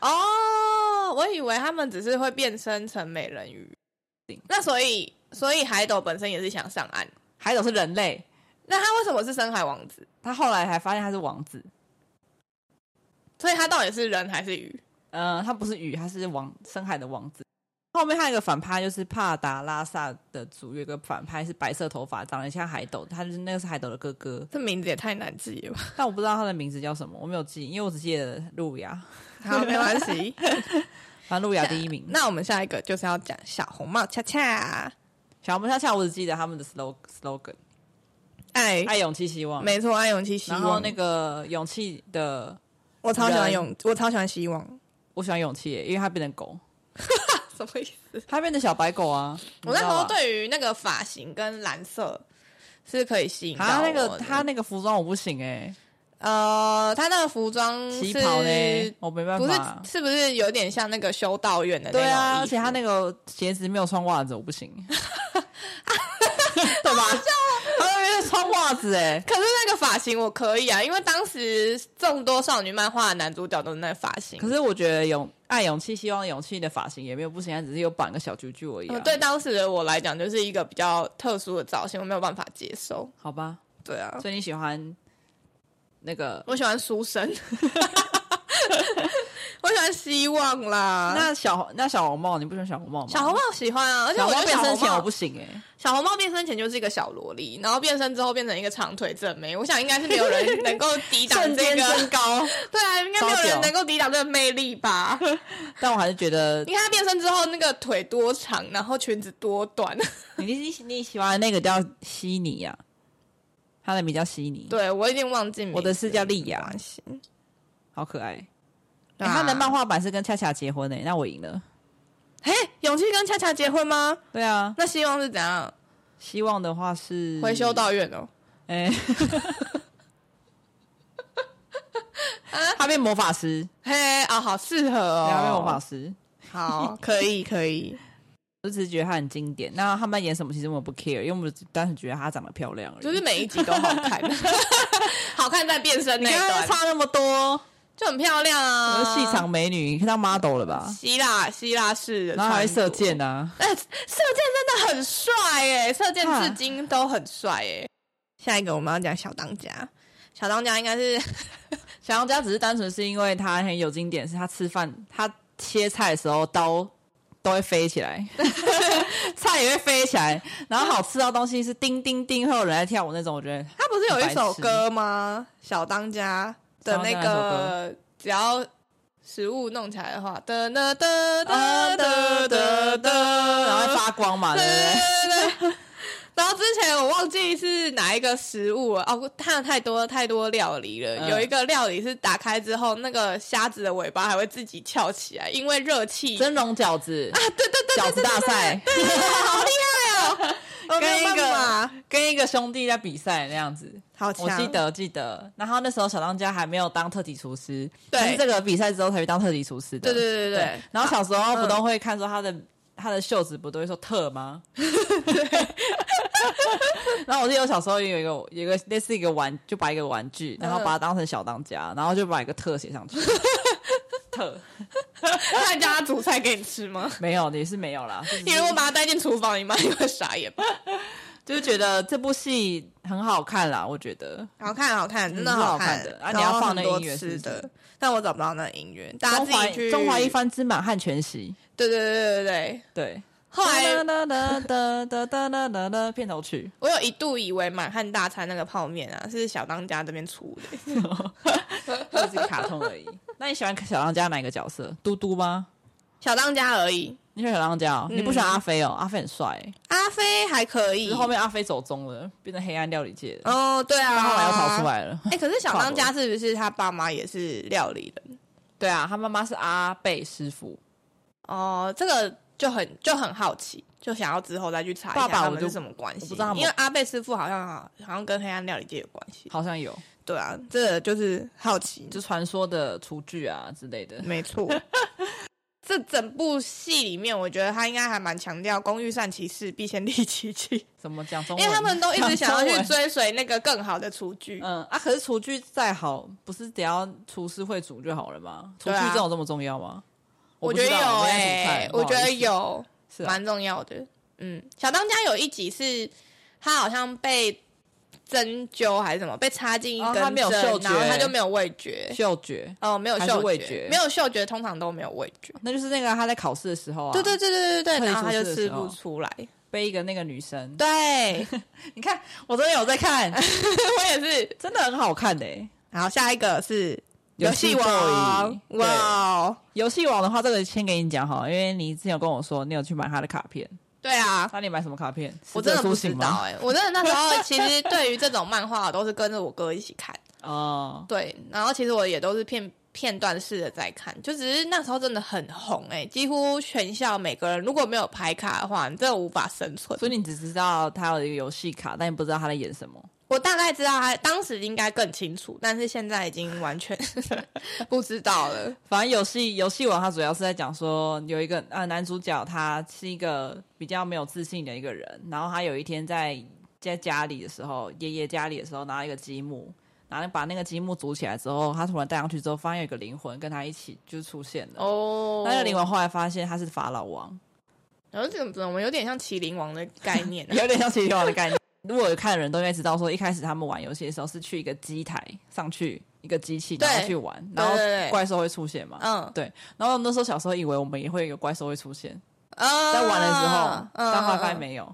Speaker 1: 哦，我以为他们只是会变身成美人鱼。那所以，所以海斗本身也是想上岸。
Speaker 2: 海斗是人类，
Speaker 1: 那他为什么是深海王子？
Speaker 2: 她后来才发现她是王子，
Speaker 1: 所以他到底是人还是鱼？
Speaker 2: 嗯，她不是鱼，她是王深海的王子。后面还有一个反派，就是帕达拉萨的主有一个反派是白色头发，长得像海斗，他就是那个是海斗的哥哥，
Speaker 1: 这名字也太难记了吧？
Speaker 2: 但我不知道他的名字叫什么，我没有记，因为我只记得路亚，
Speaker 1: 好， 没关 系。
Speaker 2: 反正路亚第一名。
Speaker 1: 那我们下一个就是要讲小红帽恰恰。
Speaker 2: 小红帽恰恰我只记得他们的 slog- slogan，
Speaker 1: 哎，
Speaker 2: 爱勇气希望。
Speaker 1: 没错，爱勇气希
Speaker 2: 然后
Speaker 1: 望。
Speaker 2: 那个勇气的，
Speaker 1: 我超喜欢
Speaker 2: 人
Speaker 1: 勇，我超喜欢希望。
Speaker 2: 我喜欢勇气耶，因为它变成狗，
Speaker 1: 什么意思？
Speaker 2: 它变成小白狗啊。
Speaker 1: 我那时候
Speaker 2: 你知道吧
Speaker 1: 对于那个发型跟蓝色是可以吸引到
Speaker 2: 啊，那
Speaker 1: 我
Speaker 2: 个
Speaker 1: 的
Speaker 2: 它那个服装我不行哎，
Speaker 1: 呃，他那个服装
Speaker 2: 旗
Speaker 1: 是
Speaker 2: 袍呢我没办
Speaker 1: 不是
Speaker 2: 法。
Speaker 1: 是不是有点像那个修道院的那种
Speaker 2: 对啊，而且他
Speaker 1: 他
Speaker 2: 那个鞋子没有穿袜子，我不 行，对吧？他那边是穿袜子哎，
Speaker 1: 可是那个发型我可以啊，因为当时众多少女漫画的男主角都是那个发型。
Speaker 2: 可是我觉得勇爱勇气，希望勇气的发型也没有不行，他只是有绑个小啾啾而已啊。
Speaker 1: 呃对当时的我来讲，就是一个比较特殊的造型，我没有办法接受。
Speaker 2: 好吧，
Speaker 1: 对啊，
Speaker 2: 所以你喜欢那个
Speaker 1: 我喜欢书 生，我喜欢希望啦。
Speaker 2: 那小红那小红帽，你不喜欢啊小红帽吗？
Speaker 1: 小红帽喜欢啊，而且
Speaker 2: 小
Speaker 1: 我
Speaker 2: 红
Speaker 1: 觉得
Speaker 2: 帽变
Speaker 1: 小
Speaker 2: 身
Speaker 1: 红
Speaker 2: 前我
Speaker 1: 帽
Speaker 2: 不行哎、
Speaker 1: 小红帽变身前就是一个小萝莉，然后变身之后变成一个长腿正妹。我想应该是没有人能够抵 挡这个，
Speaker 2: 高，
Speaker 1: 对啊，应该没有
Speaker 2: 超
Speaker 1: 人
Speaker 2: 久
Speaker 1: 能够抵挡这个魅力吧？
Speaker 2: 但我还是觉 得
Speaker 1: 你看她变身之后那个腿多长，然后裙子多短，
Speaker 2: 你你你喜欢的那个叫悉尼呀、他的名叫悉尼，
Speaker 1: 对我已经忘记名字
Speaker 2: 我的是叫莉
Speaker 1: 没
Speaker 2: 亚
Speaker 1: 关，系
Speaker 2: 好可爱。
Speaker 1: 对
Speaker 2: 哎、
Speaker 1: 啊
Speaker 2: 他的漫画版是跟恰恰结婚哎、那我赢了。
Speaker 1: 哎，勇气跟恰恰结婚吗？
Speaker 2: 对啊，
Speaker 1: 那希望是怎样？
Speaker 2: 希望的话是
Speaker 1: 回修道院哦。
Speaker 2: 哎，他变魔法师，
Speaker 1: 嘿啊，好适合
Speaker 2: 对他变魔法
Speaker 1: 啊哦，
Speaker 2: 师。
Speaker 1: 好，可以可以。
Speaker 2: 我只是觉得他很经典，那他们演什么其实我不 care，因为我们只单纯觉得他长得漂亮而 已。
Speaker 1: 就是每一集都好看， 好看在变身
Speaker 2: 你
Speaker 1: 那一
Speaker 2: 看他
Speaker 1: 段啊
Speaker 2: 差那么多，
Speaker 1: 就很漂亮啊，
Speaker 2: 我是戏场美女，你看到 model 了吧？
Speaker 1: 希腊希腊式的，
Speaker 2: 然后还会射，箭啊！
Speaker 1: 哎、射箭真的很帅哎、射箭至今都很帅哎、下一个我们要讲小当家，小当家应该是
Speaker 2: 小当家只是单纯是因为他很有经典，是他吃饭他切菜的时候刀都会飞起来， 菜也会飞起来，然后好吃到东西是叮叮叮，会有人在跳舞那种，我觉得
Speaker 1: 他不是有一首歌吗？小当家的那
Speaker 2: 小当家哪
Speaker 1: 个只要。食物弄起来的话，哒哒哒哒哒
Speaker 2: 哒哒哒
Speaker 1: 哒
Speaker 2: 哒，然后会发光嘛，对不对？
Speaker 1: 对对对。 然后之前我忘记是哪一个食物了哦，看了太多太多料理了。
Speaker 2: 嗯
Speaker 1: 有一个料理是打开之后，那个虾子的尾巴还会自己翘起来，因为热气。
Speaker 2: 蒸笼饺子
Speaker 1: 啊，对 对对
Speaker 2: 饺子大赛，
Speaker 1: 好厉害哦！我没
Speaker 2: 跟
Speaker 1: 有
Speaker 2: 一
Speaker 1: 办
Speaker 2: 个
Speaker 1: 法
Speaker 2: 跟一个兄弟在比赛那样子。
Speaker 1: 好
Speaker 2: 我
Speaker 1: 强，
Speaker 2: 记得记得，然后那时候小当家还没有当特级厨师，
Speaker 1: 对
Speaker 2: 他是这个比赛之后才去当特级厨师的。
Speaker 1: 对对对对对嗯
Speaker 2: 然后小时候不都会看说他的、他的袖子不都会说特 吗？然后我记得我小时候也有一个有一个类似一个玩，就把一个玩具，然后
Speaker 1: 嗯
Speaker 2: 把它当成小当家，然后就把一个特写上去。 特
Speaker 1: 那你叫他煮菜给你吃吗？
Speaker 2: 没有，也是没有啦，就是
Speaker 1: 你如果把他带进厨房， 你妈就会傻眼。
Speaker 2: 就是觉得这部戏很好看啦，我觉得。
Speaker 1: 好看，好看，真的
Speaker 2: 是好
Speaker 1: 看
Speaker 2: 看的啊你要
Speaker 1: 然后
Speaker 2: 放那
Speaker 1: 很多
Speaker 2: 音乐
Speaker 1: 吃
Speaker 2: 是不是
Speaker 1: 的，但我找不到那音乐，大家
Speaker 2: 中
Speaker 1: 自
Speaker 2: 华
Speaker 1: 己去。
Speaker 2: 中华一，番之满汉全席，
Speaker 1: 对对对对对对。
Speaker 2: 对。
Speaker 1: 后来
Speaker 2: 哒哒哒哒哒哒哒哒片头曲，
Speaker 1: 我有一度以为满汉大餐那个泡面啊是小当家这边出的，
Speaker 2: 就是卡通 而已。那你喜欢小当家哪个角色？嘟嘟吗？
Speaker 1: 小当家而已。
Speaker 2: 你喜欢小当家、哦？你不喜欢阿飞哦？阿飞很帅、欸，
Speaker 1: 阿飞还可以
Speaker 2: 只是，后面阿飞走中了，变成黑暗料理界了，
Speaker 1: 哦，对啊，
Speaker 2: 他后来又逃出。来了。
Speaker 1: 哎、可是小当家是不是他爸妈也是料理人？
Speaker 2: 对啊，他妈妈是阿贝师傅，
Speaker 1: 哦，这个就很就很好奇，就想要之后再去查一下
Speaker 2: 爸爸
Speaker 1: 他
Speaker 2: 我
Speaker 1: 们
Speaker 2: 就是
Speaker 1: 什么关
Speaker 2: 我
Speaker 1: 系
Speaker 2: 不知道他。们
Speaker 1: 因为阿贝师傅好像好像跟黑暗料理界有关系。
Speaker 2: 好像有，
Speaker 1: 对啊，这个就是好奇，
Speaker 2: 就传说的厨具啊之类的。
Speaker 1: 没错。 这整部戏里面，我觉得他应该还蛮强调“工欲善其事，必先利其器
Speaker 2: 怎么讲”，中文？
Speaker 1: 因为他们都一直想要
Speaker 2: 讲中
Speaker 1: 去
Speaker 2: 文
Speaker 1: 追随那个更好的厨具。
Speaker 2: 嗯啊，可是厨具再好，不是只要厨师会煮就好了吗？厨
Speaker 1: 对
Speaker 2: 具
Speaker 1: 啊
Speaker 2: 这种这么重要吗？
Speaker 1: 我
Speaker 2: 不
Speaker 1: 觉得
Speaker 2: 知道
Speaker 1: 有
Speaker 2: 欸我没在煮
Speaker 1: 哎、
Speaker 2: 菜
Speaker 1: 我觉
Speaker 2: 不好
Speaker 1: 得
Speaker 2: 意思
Speaker 1: 有，
Speaker 2: 是啊
Speaker 1: 蛮重要的。嗯，小当家有一集是他好像被针灸还是什么，被插进一
Speaker 2: 哦
Speaker 1: 根针、
Speaker 2: 他没有嗅
Speaker 1: 然后
Speaker 2: 觉
Speaker 1: 他就没有味觉。
Speaker 2: 嗅觉，
Speaker 1: 哦，没有
Speaker 2: 还
Speaker 1: 嗅
Speaker 2: 是
Speaker 1: 觉，
Speaker 2: 味觉
Speaker 1: 没有嗅觉，通常都没有味觉。
Speaker 2: 那就是那个他在考试的时候啊，
Speaker 1: 对对对对对
Speaker 2: 特
Speaker 1: 对，
Speaker 2: 意
Speaker 1: 然后他
Speaker 2: 厨
Speaker 1: 就
Speaker 2: 师的
Speaker 1: 吃
Speaker 2: 时候
Speaker 1: 不出 来。
Speaker 2: 背一个那个女生，
Speaker 1: 对，
Speaker 2: 你看我真的有在看，
Speaker 1: 我也是。
Speaker 2: 真的很好看的、欸。
Speaker 1: 然后下一个是游戏
Speaker 2: 游
Speaker 1: 王
Speaker 2: 戏，对
Speaker 1: 哇哦，
Speaker 2: 游戏王的话，这个先给你讲好，因为你之前有跟我说你有去买他的卡片，
Speaker 1: 对啊，
Speaker 2: 那你买什么卡片？
Speaker 1: 我真的不知
Speaker 2: 死者苏醒
Speaker 1: 道
Speaker 2: 吗？
Speaker 1: 哎、我真的那时候其实对于这种漫画，我都是跟着我哥一起看。
Speaker 2: 哦，
Speaker 1: 对，然后其实我也都是片片段式的在看，就只是那时候真的很红哎、几乎全校每个人如果没有排卡的话，你真的无法生存。
Speaker 2: 所以你只知道他有一个游戏卡，但你不知道他在演什么。
Speaker 1: 我大概知道他当时应该更清楚，但是现在已经完全 不知道了。
Speaker 2: 反正游戏游戏王，它主要是在讲说有一个呃男主角，他是一个比较没有自信的一个人，然后他有一天在在家里的时候，爷爷家里的时候拿到一个积木，然后把那个积木组起来之后，他突然带上去之后，发现有一个灵魂跟他一起就出现了。
Speaker 1: 哦
Speaker 2: 那个灵魂后来发现他是法老王，
Speaker 1: 然后这种我们有点像麒麟王的概念、 啊。
Speaker 2: 有点像麒麟王的概念。 如果有看的人都应该知道，说一开始他们玩游戏的时候是去一个机台上去一个机器，
Speaker 1: 对
Speaker 2: 然后去玩，然后
Speaker 1: 对对对
Speaker 2: 怪兽会出现嘛。
Speaker 1: 嗯，
Speaker 2: 然后那时候小时候以为我们也会有怪兽会出现，
Speaker 1: 啊
Speaker 2: 在玩的时候，但后来发现。
Speaker 1: 嗯嗯嗯
Speaker 2: 没有，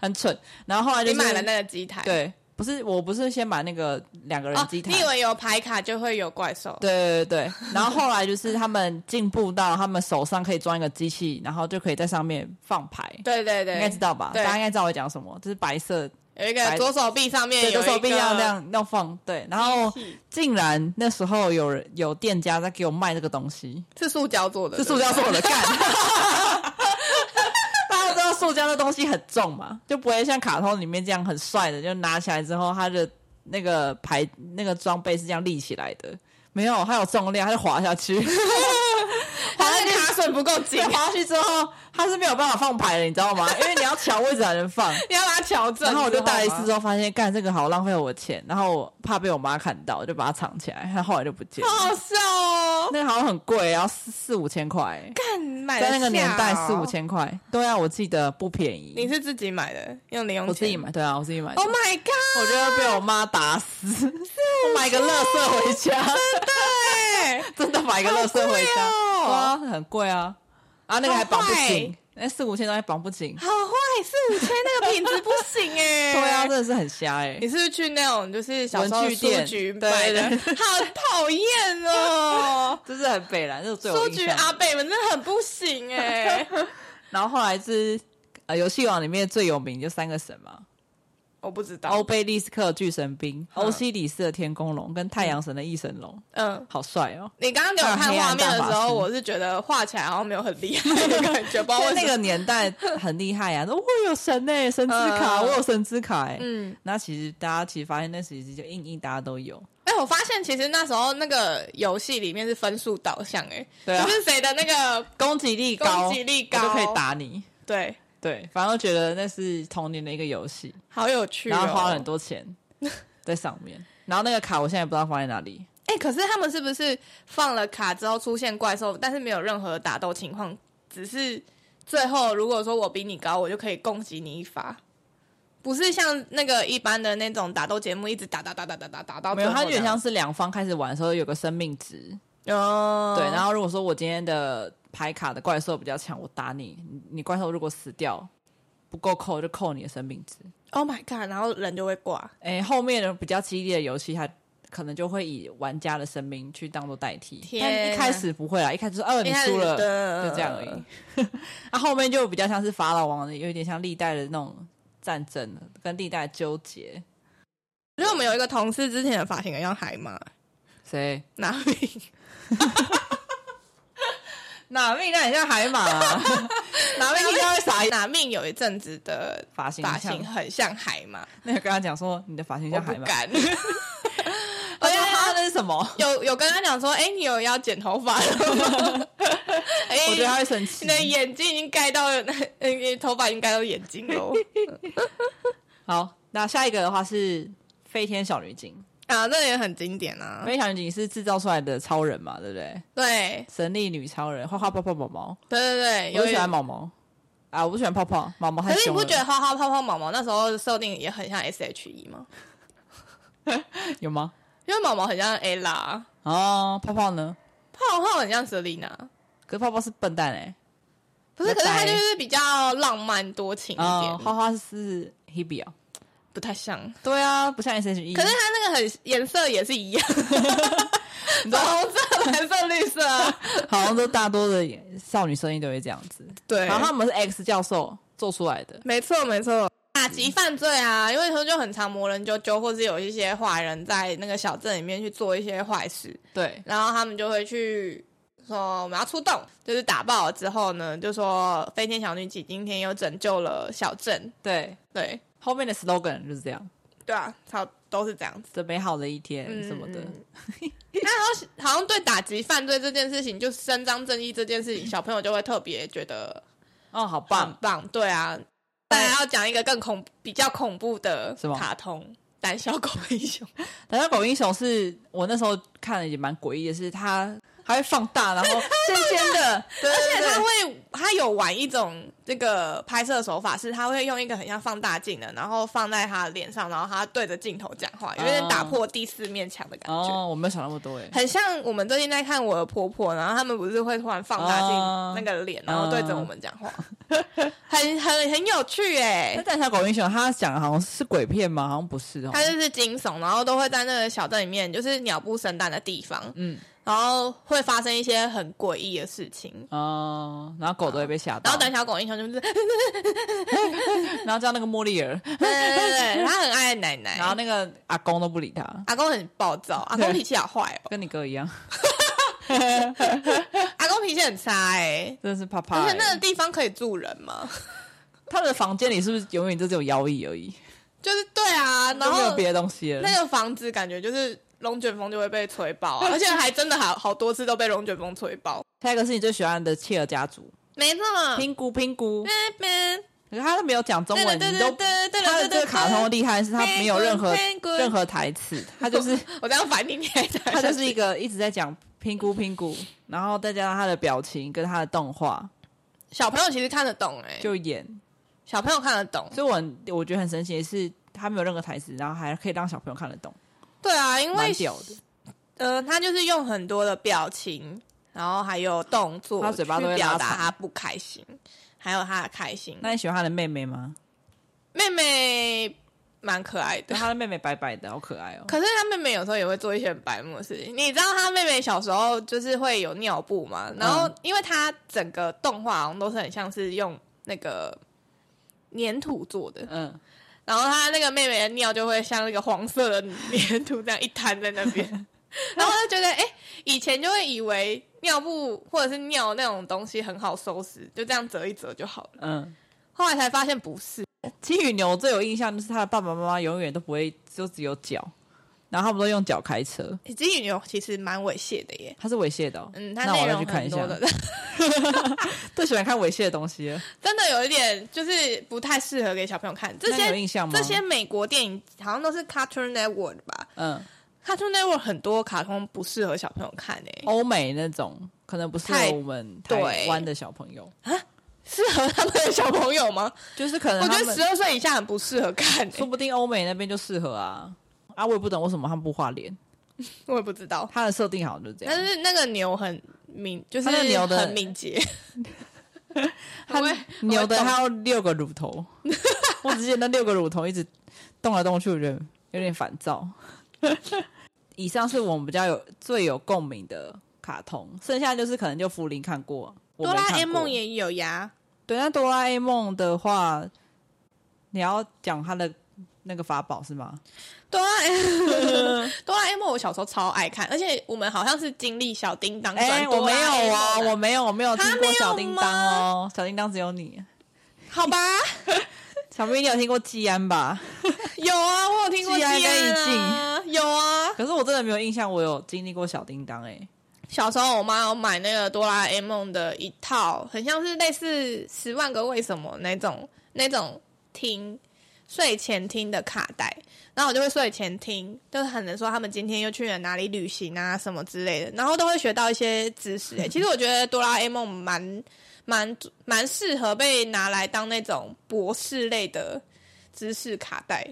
Speaker 2: 很蠢。然后后来就
Speaker 1: 你
Speaker 2: 是
Speaker 1: 买了那个机台，
Speaker 2: 对，不是我不是先买那个两个人
Speaker 1: 哦，
Speaker 2: 机台，
Speaker 1: 你以为有牌卡就会有怪兽？
Speaker 2: 对对对对，然后后来就是他们进步到他们手上可以装一个机器，然后就可以在上面放牌，
Speaker 1: 对对
Speaker 2: 应
Speaker 1: 对，
Speaker 2: 该知道吧？
Speaker 1: 对
Speaker 2: 大家应该知道我讲什么，就是白色，
Speaker 1: 有一个
Speaker 2: 白
Speaker 1: 左手臂上哎面有
Speaker 2: 对，
Speaker 1: 一
Speaker 2: 就
Speaker 1: 个
Speaker 2: 手臂要那样要放，对。然后
Speaker 1: 机器
Speaker 2: 竟然那时候有人有店家在给我卖这个东西，
Speaker 1: 是塑胶做的，
Speaker 2: 是塑胶做的，干。 大家知道塑胶的东西很重嘛，就不会像卡通里面这样很帅的，就拿起来之后，它的那个牌那个装备是这样立起来的，没有，它有重量，它就滑 下去，
Speaker 1: 它的卡榫不够紧
Speaker 2: 对，滑下去之后，它是没有办法放牌的，你知道吗？因为你要调位置才能放。
Speaker 1: 啊你要把它调整。
Speaker 2: 然后我就带了一次
Speaker 1: 知
Speaker 2: 之后，发现干这个好浪费我的钱，然后我怕被我妈看到，我就把它藏起来，它后来就不见
Speaker 1: 道吗，
Speaker 2: 了。
Speaker 1: 好好笑哦！
Speaker 2: 那个好像很贵，啊要四四五千块、
Speaker 1: 看买得
Speaker 2: 在那个年代
Speaker 1: 下哦
Speaker 2: 四五，千块，对啊，我记得不便宜。
Speaker 1: 你是自己买的，用零用钱？
Speaker 2: 我自己。买，对啊，我自己买的。
Speaker 1: Oh my god！
Speaker 2: 我觉得被我妈打死，我买个乐色回家，
Speaker 1: 对，
Speaker 2: 真的买个乐色回
Speaker 1: 好
Speaker 2: 家，
Speaker 1: 贵
Speaker 2: 哇，
Speaker 1: 哦
Speaker 2: 很贵啊！啊，那个还绑不
Speaker 1: 好
Speaker 2: 紧
Speaker 1: 坏，欸
Speaker 2: 那四五千东西绑不紧，
Speaker 1: 好坏四五千那个品质不行哎。
Speaker 2: 对啊，真的是很瞎哎
Speaker 1: 你。是不是去那种就是小时候
Speaker 2: 文具店
Speaker 1: 书局买的？
Speaker 2: 对
Speaker 1: 好讨厌 哦！
Speaker 2: 就是很北蓝，这是最有
Speaker 1: 书
Speaker 2: 印
Speaker 1: 局
Speaker 2: 象的。
Speaker 1: 欸 阿贝们真的很不行哎、
Speaker 2: 然后后来是呃游戏王里面最有名就三个神嘛，
Speaker 1: 我不知
Speaker 2: 欧
Speaker 1: 道。
Speaker 2: 贝利斯克的巨神兵、
Speaker 1: 嗯
Speaker 2: 欧西里斯的天空龙跟太阳神的翼神龙，
Speaker 1: 嗯，
Speaker 2: 好帅 哦！
Speaker 1: 你刚刚给我看画面的时
Speaker 2: 还有黑暗大法
Speaker 1: 候，
Speaker 2: 师
Speaker 1: 我是觉得画起来好像没有很厉害的感觉，不知道
Speaker 2: 在
Speaker 1: 为
Speaker 2: 那
Speaker 1: 什么。
Speaker 2: 个年代很厉 害呀、啊，说我有神呢、神之卡，
Speaker 1: 嗯
Speaker 2: 我有神之卡、欸。
Speaker 1: 嗯，
Speaker 2: 那其实大家其实发现，那其实就硬硬大家都有。
Speaker 1: 哎、我发现其实那时候那个游戏里面是分数导向、哎、
Speaker 2: 对啊
Speaker 1: 就是谁的那个
Speaker 2: 攻击力高，
Speaker 1: 攻击力高
Speaker 2: 我就可以打你。
Speaker 1: 对，
Speaker 2: 对，反正觉得那是童年的一个游戏，
Speaker 1: 好有趣、哦，
Speaker 2: 然后花了很多钱 在上面。然后那个卡我现在不知道放在哪里，
Speaker 1: 哎、可是他们是不是放了卡之后出现怪兽，但是没有任何打斗情况，只是最后如果说我比你高，我就可以攻击你一发，不是像那个一般的那种打斗节目一直打打打打打打打到
Speaker 2: 没有，
Speaker 1: 最后
Speaker 2: 它有点
Speaker 1: 这样
Speaker 2: 像是两方开始玩的时候有个生命值，
Speaker 1: 哦，
Speaker 2: 对。然
Speaker 1: 后
Speaker 2: 后如果说我今天的牌卡的怪兽比较强，我打你，你你怪兽如果死掉不够扣，就扣你的生命值。
Speaker 1: Oh my God，然后人就会挂，
Speaker 2: 哎，后面的比较激烈的游戏，它可能就会以玩家的生命去当做代替，
Speaker 1: 天
Speaker 2: 但一开始不会啦，一开始就是哦你输了，
Speaker 1: 就
Speaker 2: 就这样而
Speaker 1: 嗯
Speaker 2: 已。 那、后面就比较像是法老王的，有点像历代的那种战争，跟历代的纠结。
Speaker 1: 因为我们有一个同事之前的发型很像海马，
Speaker 2: 谁？
Speaker 1: 哪里？
Speaker 2: 哪命？那很像海马、 啊，哪 命应该会傻眼。
Speaker 1: 哪命有一阵子的
Speaker 2: 发型
Speaker 1: 发
Speaker 2: 像
Speaker 1: 型很像海马，
Speaker 2: 那个跟他讲说，你的发型像海
Speaker 1: 我不
Speaker 2: 马。
Speaker 1: 敢。
Speaker 2: 他说哈，那是什么？
Speaker 1: 有有跟他讲说，哎、你有要剪头发了吗？哎、
Speaker 2: 我觉得他会生气
Speaker 1: 你。的眼睛已经盖到， 呃，你头发已经盖到眼睛 喽。
Speaker 2: 好，那下一个的话是飞天小女警。
Speaker 1: 啊，那也很经典啊
Speaker 2: 飞。天小女警是制造出来的超人嘛，对不对？
Speaker 1: 对
Speaker 2: 神力女超人，花花泡泡毛毛，
Speaker 1: 对对对，
Speaker 2: 我
Speaker 1: 哎有
Speaker 2: 不喜欢
Speaker 1: 点。
Speaker 2: 毛毛啊，我不喜欢泡泡毛毛太
Speaker 1: 可是你
Speaker 2: 凶了。
Speaker 1: 不觉得花花泡泡毛毛那时候设定也很像 S H E 吗？
Speaker 2: 有吗？
Speaker 1: 因为毛毛很像 ella，啊
Speaker 2: 哦，泡泡呢？
Speaker 1: 泡泡很像 Selina，
Speaker 2: 可是泡泡是笨蛋哎、
Speaker 1: 不是？可是
Speaker 2: 拜
Speaker 1: 他
Speaker 2: 拜
Speaker 1: 就是比较浪漫多情一
Speaker 2: 哦，
Speaker 1: 点，
Speaker 2: 花花是 Hebe 哦，
Speaker 1: 不太像。
Speaker 2: 对啊，不像 S H E。
Speaker 1: 可是它那个很颜色也是一样， 你知道红色、蓝色、绿色啊，
Speaker 2: 好像都大多的少女声音都会这样子。
Speaker 1: 对
Speaker 2: 然后他们是 X 教授做出来的，
Speaker 1: 没错，没错。打击犯罪啊，因为他就很常魔人啾啾，或是有一些坏人在那个小镇里面去做一些坏事，
Speaker 2: 对，
Speaker 1: 然后他们就会去说我们要出动，就是打爆了之后呢，就说飞天小女警今天又拯救了小镇，
Speaker 2: 对，
Speaker 1: 对
Speaker 2: 后面的 slogan 就是这样，
Speaker 1: 对啊，超都是这样子。
Speaker 2: 这美好的一天什么的。
Speaker 1: 嗯好像对打击犯罪这件事情，就是伸张正义这件事情，小朋友就会特别觉得
Speaker 2: 哦，好
Speaker 1: 棒
Speaker 2: 棒！
Speaker 1: 棒。对啊，当然要讲一个更恐比较恐怖的
Speaker 2: 什么
Speaker 1: 卡通。胆小狗英雄，
Speaker 2: 胆小狗英雄是我那时候看了也蛮诡异的，是它还会放大，然后尖尖的， 对
Speaker 1: 而且
Speaker 2: 对
Speaker 1: 他
Speaker 2: 对，
Speaker 1: 会，他有玩一种这个拍摄手法，是他会用一个很像放大镜的，然后放在他的脸上，然后他对着镜头讲话，有点
Speaker 2: 哦
Speaker 1: 打破第四面墙的感觉，
Speaker 2: 哦，我没有想那么多哎，
Speaker 1: 很像我们最近在看我的婆婆，然后他们不是会突然放大镜
Speaker 2: 哦
Speaker 1: 那个脸，然后对着我们讲话，很很很有趣哎、
Speaker 2: 那胆小狗英雄他讲的好像是鬼片吗？好像不是哦
Speaker 1: 他，就是惊悚，然后都会在那个小镇里面，就是鸟不生蛋的地方，
Speaker 2: 嗯，
Speaker 1: 然后会发生一些很诡异的事情。
Speaker 2: 哦，然后狗都会被吓到，
Speaker 1: 然后胆小狗英雄就是，对
Speaker 2: 然后叫那个莫莉 尔，
Speaker 1: 对对对，他很爱奶奶，
Speaker 2: 然后那个阿公都不理他，
Speaker 1: 阿公很暴躁，阿公脾气好坏哦，
Speaker 2: 跟你哥一样，
Speaker 1: 阿公脾气很差哎、
Speaker 2: 真的是怕怕、
Speaker 1: 而
Speaker 2: 欸。
Speaker 1: 且那个地方可以住人吗？
Speaker 2: 他的房间里是不是永远就只有摇椅而已，
Speaker 1: 就是对啊，然
Speaker 2: 就没有
Speaker 1: 后
Speaker 2: 别的东西了？
Speaker 1: 那个房子感觉就是龙卷风就会被吹爆、啊，而且还真的好好多次都被龙卷风吹爆。
Speaker 2: 下一个是你最喜欢的切尔家族，
Speaker 1: 没错，
Speaker 2: 拼咕拼咕，
Speaker 1: 那边
Speaker 2: 可是他都没有讲中文，你都
Speaker 1: 对对
Speaker 2: 他的这个卡通的厉害是他没有任何任
Speaker 1: 任，
Speaker 2: 何台词，他就是
Speaker 1: 我这样反你，你还
Speaker 2: 他就是一个一直在讲拼咕拼咕，然后再加上他的表情跟他的动画
Speaker 1: 小朋友其实看得懂哎、
Speaker 2: 就演，
Speaker 1: 小朋友看得懂，
Speaker 2: 所以我很我觉得很神奇的是他没有任何台词，然后还可以让小朋友看得懂，
Speaker 1: 对啊，因
Speaker 2: 蛮
Speaker 1: 为
Speaker 2: 屌的。
Speaker 1: 呃，他就是用很多的表情，然后还有动作，
Speaker 2: 他嘴巴都会
Speaker 1: 去
Speaker 2: 拉
Speaker 1: 表达
Speaker 2: 长
Speaker 1: 他不开心，还有他的开心。
Speaker 2: 那你喜欢他的妹妹吗？
Speaker 1: 妹妹蛮可爱的
Speaker 2: 对，。他的妹妹白白的，好可爱哦。
Speaker 1: 可是他妹妹有时候也会做一些很白目的事情。你知道他妹妹小时候就是会有尿
Speaker 2: 嗯
Speaker 1: 布嘛？然后因为她整个动画好像都是很像是用那个粘土做的，
Speaker 2: 嗯，
Speaker 1: 然后他那个妹妹的尿就会像那个黄色的粘土这样一滩在那 边，然后我就觉得，哎、以前就会以为尿布或者是尿那种东西很好收拾，就这样折一折就好了。
Speaker 2: 嗯，
Speaker 1: 后来才发现不是，
Speaker 2: 其实羽牛最有印象就是他的爸爸妈妈永远都不会，就只有脚，然后他们都用脚开车，
Speaker 1: 欸金鱼牛其实蛮猥亵的耶。
Speaker 2: 他是猥亵的、哦。
Speaker 1: 嗯，它
Speaker 2: 那
Speaker 1: 内
Speaker 2: 我要
Speaker 1: 容
Speaker 2: 去看
Speaker 1: 很
Speaker 2: 一
Speaker 1: 多
Speaker 2: 下
Speaker 1: 的，，
Speaker 2: 最喜欢看猥亵的东西了。
Speaker 1: 真的有一点就是不太适合给小朋友看。这
Speaker 2: 那你有
Speaker 1: 些
Speaker 2: 印象吗？
Speaker 1: 这些美国电影好像都是 Cartoon Network 吧
Speaker 2: 嗯，
Speaker 1: ？Cartoon Network 很多卡通不适合小朋友看欸诶、
Speaker 2: 欧美那种可能不适
Speaker 1: 太
Speaker 2: 合我们台
Speaker 1: 对
Speaker 2: 湾的小朋友，
Speaker 1: 适合他们的小朋友吗？
Speaker 2: 就是可能
Speaker 1: 我觉
Speaker 2: 他
Speaker 1: 得
Speaker 2: 们
Speaker 1: 十二岁以下很不适合看、
Speaker 2: 说
Speaker 1: 欸，
Speaker 2: 不定欧美那边就适合啊。啊，我也不懂为什么他们不画脸，
Speaker 1: 我也不知道。
Speaker 2: 他的设定好像就是这样。
Speaker 1: 但是那个牛很敏，就是
Speaker 2: 它那个牛啊的
Speaker 1: 很敏捷，
Speaker 2: 它
Speaker 1: 我会
Speaker 2: 牛的
Speaker 1: 我会动
Speaker 2: 它有六个 乳头，我只记得那六个乳头一直动来动去，我觉得有点烦躁。以上是我们比较有最有共鸣的卡通，剩下就是可能就福林看过，我
Speaker 1: 哆
Speaker 2: 没
Speaker 1: 啦
Speaker 2: 看
Speaker 1: A
Speaker 2: 过
Speaker 1: 梦啊也有呀，
Speaker 2: 对。那哆啦 A 梦的话，你要讲它的那个法宝是吗？
Speaker 1: 哆啦哆啦 A 梦我小时候超爱看，而且我们好像是经历小叮当转
Speaker 2: 哎、
Speaker 1: 哆啦
Speaker 2: 我没
Speaker 1: A
Speaker 2: 有
Speaker 1: 梦啊
Speaker 2: 哦，我没有，我没有听
Speaker 1: 它没
Speaker 2: 过
Speaker 1: 有
Speaker 2: 小叮当哦，小叮当只有你。
Speaker 1: 好吧，
Speaker 2: 小明，你有听过季安吧？
Speaker 1: 有啊，我有听过
Speaker 2: 季
Speaker 1: 季
Speaker 2: 安
Speaker 1: 安
Speaker 2: 跟
Speaker 1: 啊，有啊。
Speaker 2: 可是我真的没有印象，我有经历过小叮当哎、
Speaker 1: 小时候我妈有买那个哆啦 A 梦的一套，很像是类似《十万个为什么》那种那种听睡前听的卡带，然后我就会睡前听，就是可能说他们今天又去了哪里旅行啊什么之类的，然后都会学到一些知 识、欸。其实我觉得哆啦 A 梦蛮蛮蛮适合被拿来当那种博士类的知识卡带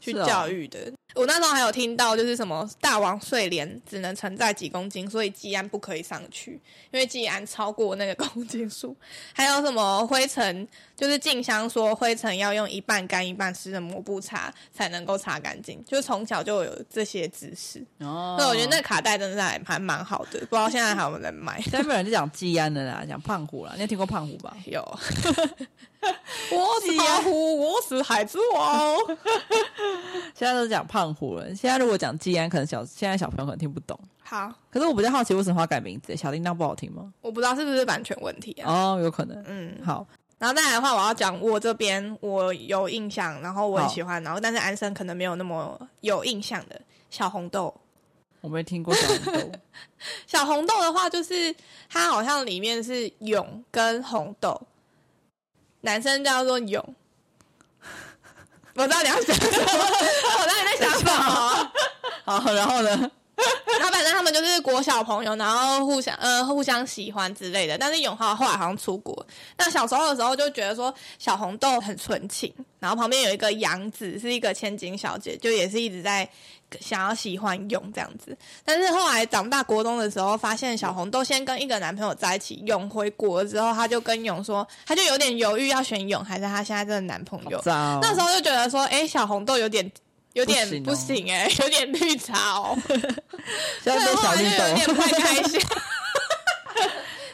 Speaker 1: 去
Speaker 2: 是哦
Speaker 1: 教育的。我那时候还有听到，就是什么大王睡莲只能承载几公斤，所以季安不可以上去，因为季安超过那个公斤数。还有什么灰尘，就是静香说灰尘要用一半干一半湿的抹布擦才能够擦干净，就是从小就有这些知识。
Speaker 2: 哦。
Speaker 1: 所以我觉得那卡带真的还还蛮好的，不知道现在还有没有人买
Speaker 2: 现在没有人就讲季安的啦，讲胖虎啦，你有听过胖虎吧？
Speaker 1: 有， 我是老虎，我是海之 王。
Speaker 2: 现在都是讲胖虎了。现在如果讲季安，可能小现在小朋友可能听不懂。
Speaker 1: 好，
Speaker 2: 可是我比较好奇，为什么要改名字？小叮当不好听吗？
Speaker 1: 我不知道是不是版权问题啊。
Speaker 2: 哦，有可能。
Speaker 1: 嗯，
Speaker 2: 好，
Speaker 1: 然后再来的话，我要讲我这边我有印象，然后我很
Speaker 2: 好
Speaker 1: 喜欢，然后但是安生可能没有那么有印象的小红豆。
Speaker 2: 我没听过小红豆。
Speaker 1: 小红豆的话，就是它好像里面是蛹跟红豆，男生叫做蛹。我知道你要讲什么，我知道你在想什么。
Speaker 2: 好，然后呢？
Speaker 1: 然后反正他们就是国小朋友，然后互相呃互相喜欢之类的。但是永浩后来好像出国，那小时候的时候就觉得说小红豆很纯情，然后旁边有一个杨子是一个千金小姐，就也是一直在想要喜欢永这样子。但是后来长大国中的时候，发现小红豆先跟一个男朋友在一起，永回国之后，她就跟永说，她就有点犹豫要选永还是她现在这个男朋友
Speaker 2: 好。渣哦
Speaker 1: 那时候就觉得说，哎、小红豆有点。有点
Speaker 2: 不
Speaker 1: 不
Speaker 2: 行哦
Speaker 1: 行哎、诶有点绿茶哦。
Speaker 2: 现在
Speaker 1: 对，
Speaker 2: 变
Speaker 1: 后
Speaker 2: 小
Speaker 1: 来就有
Speaker 2: 绿
Speaker 1: 点
Speaker 2: 豆。
Speaker 1: 不太开心。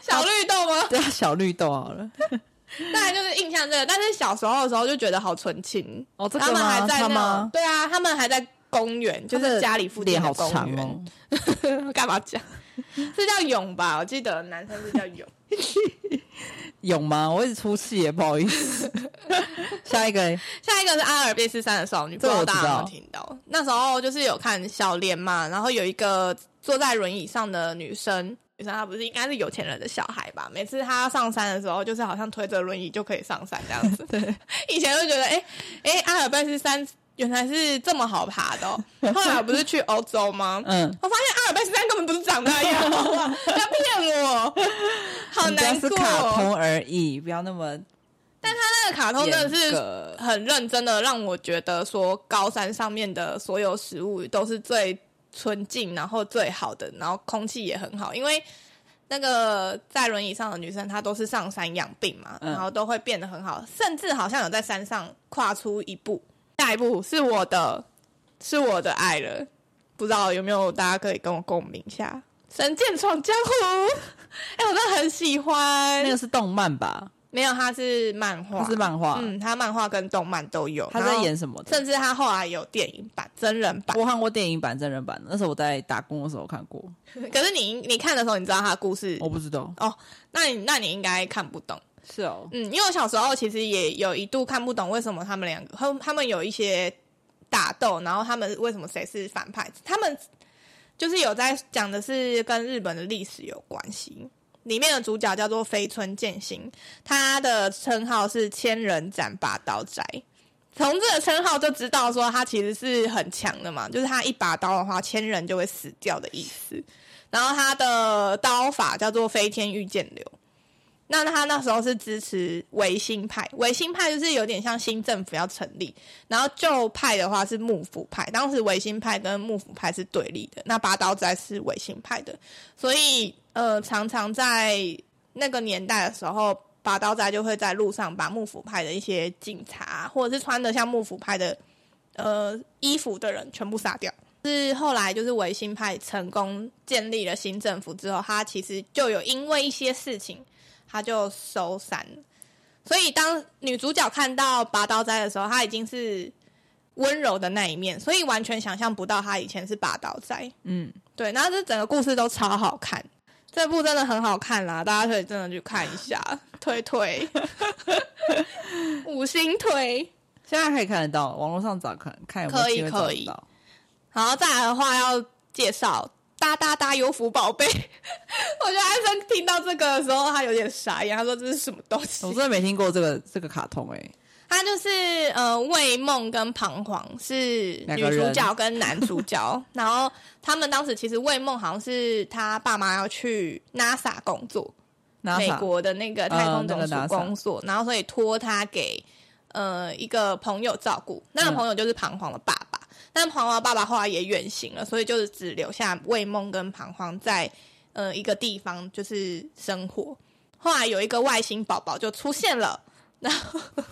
Speaker 1: 小绿豆 吗？
Speaker 2: 对啊，小绿豆好了。
Speaker 1: 当然就是印象这个，但是小时候的时候就觉得好纯情。
Speaker 2: 哦，这
Speaker 1: 他
Speaker 2: 个
Speaker 1: 们还
Speaker 2: 吗？
Speaker 1: 在
Speaker 2: 他
Speaker 1: 那种
Speaker 2: 吗？
Speaker 1: 对啊，他们还在公园，就是家里附近
Speaker 2: 脸好
Speaker 1: 的公
Speaker 2: 长
Speaker 1: 园。
Speaker 2: 哦。
Speaker 1: 干嘛讲？是叫勇吧？我记得男生是叫勇。
Speaker 2: 有吗？我一直出戏耶，不好意思。 下一个，
Speaker 1: 下一个是阿尔卑斯山的少女，不
Speaker 2: 这
Speaker 1: 知
Speaker 2: 我
Speaker 1: 道
Speaker 2: 知
Speaker 1: 大
Speaker 2: 道
Speaker 1: 家有没有听到？那时候就是有看小莲嘛，然后有一个坐在轮椅上的女生，女生她不是应该是有钱人的小孩吧？每次她上山的时候，就是好像推着轮椅就可以上山这 样子。对，以前就觉得，哎、哎、阿尔卑斯山原来是这么好爬的哦、 后来我不是去欧洲吗？
Speaker 2: 嗯，
Speaker 1: 我发现阿尔卑斯山根本不是长那 样，要骗我，好
Speaker 2: 人家
Speaker 1: 难
Speaker 2: 是
Speaker 1: 过。哦
Speaker 2: 卡通而已，不要那么
Speaker 1: 哦那个卡通真的
Speaker 2: 严
Speaker 1: 是
Speaker 2: 格
Speaker 1: 很认真的让我觉得说，高山上面的所有食物都是最纯净，然后最好的，然后空气也很好，因为。那个在轮椅上的女生，她都是上山养病嘛，
Speaker 2: 嗯
Speaker 1: 然后都会变得很好，甚至好像有在山上跨出一步。下一步是我的，是我的爱了，不知道有没有大家可以跟我共鸣一下《神剑闯江湖》哎、我真的很喜欢
Speaker 2: 那个是动漫吧？
Speaker 1: 没有，他是漫画，
Speaker 2: 它是漫画，
Speaker 1: 嗯，他漫画跟动漫都有，
Speaker 2: 他
Speaker 1: 然
Speaker 2: 在
Speaker 1: 后
Speaker 2: 演什么的？
Speaker 1: 甚至他后来有电影版、真人版。
Speaker 2: 我看过电影版、真人版的，那时候我在打工的时候看过，
Speaker 1: 可是你你看的时候，你知道他的故事，
Speaker 2: 我不知道。
Speaker 1: 那你那你应该看不懂。
Speaker 2: 是哦，
Speaker 1: 嗯，因为我小时候其实也有一度看不懂为什么他们两个，他们他们有一些打斗，然后他们为什么谁是反派？他们就是有在讲的是跟日本的历史有关系。里面的主角叫做飞村健行，他的称号是千人斩拔刀斋。从这个称号就知道说他其实是很强的嘛，就是他一把刀的话，千人就会死掉的意思。然后他的刀法叫做飞天御剑流。那他那时候是支持维新派，维新派就是有点像新政府要成立，然后旧派的话是幕府派，当时维新派跟幕府派是对立的，那拔刀斋是维新派的，所以呃，常常在那个年代的时候，拔刀斋就会在路上把幕府派的一些警察或者是穿的像幕府派的呃衣服的人全部杀掉。是后来就是维新派成功建立了新政府之后，他其实就有因为一些事情。他就收山了。所以当女主角看到拔刀斋的时候，她已经是温柔的那一面，所以完全想象不到她以前是拔刀斋。
Speaker 2: 嗯，
Speaker 1: 对，然后这整个故事都超好看，这部真的很好看啦，大家可以真的去看一 下，推推，五星推。
Speaker 2: 现在可以看得到，网络上找看看有没有
Speaker 1: 可以
Speaker 2: 机会找
Speaker 1: 可
Speaker 2: 得
Speaker 1: 以
Speaker 2: 到。
Speaker 1: 然后再来的话要介绍哒哒哒优福宝贝， 我觉得安生听到这个的时候，他有点傻眼，他说这是什么东西？
Speaker 2: 我真的没听过这个这个卡通哎、
Speaker 1: 他就是呃，魏梦跟彷徨是
Speaker 2: 两
Speaker 1: 女
Speaker 2: 个人
Speaker 1: 主角跟男主角， 然后他们当时其实魏梦好像是他爸妈要去 NASA 工作，
Speaker 2: NASA 嗯
Speaker 1: 美国的那个太空总署工作，然后所以托他给呃一个朋友照顾，
Speaker 2: 嗯
Speaker 1: 那个朋友就是彷徨的爸爸，但彷徨的爸爸后来也远行了，所以就是只留下魏梦跟彷徨在呃一个地方就是生活。后来有一个外星宝宝就出现了，然后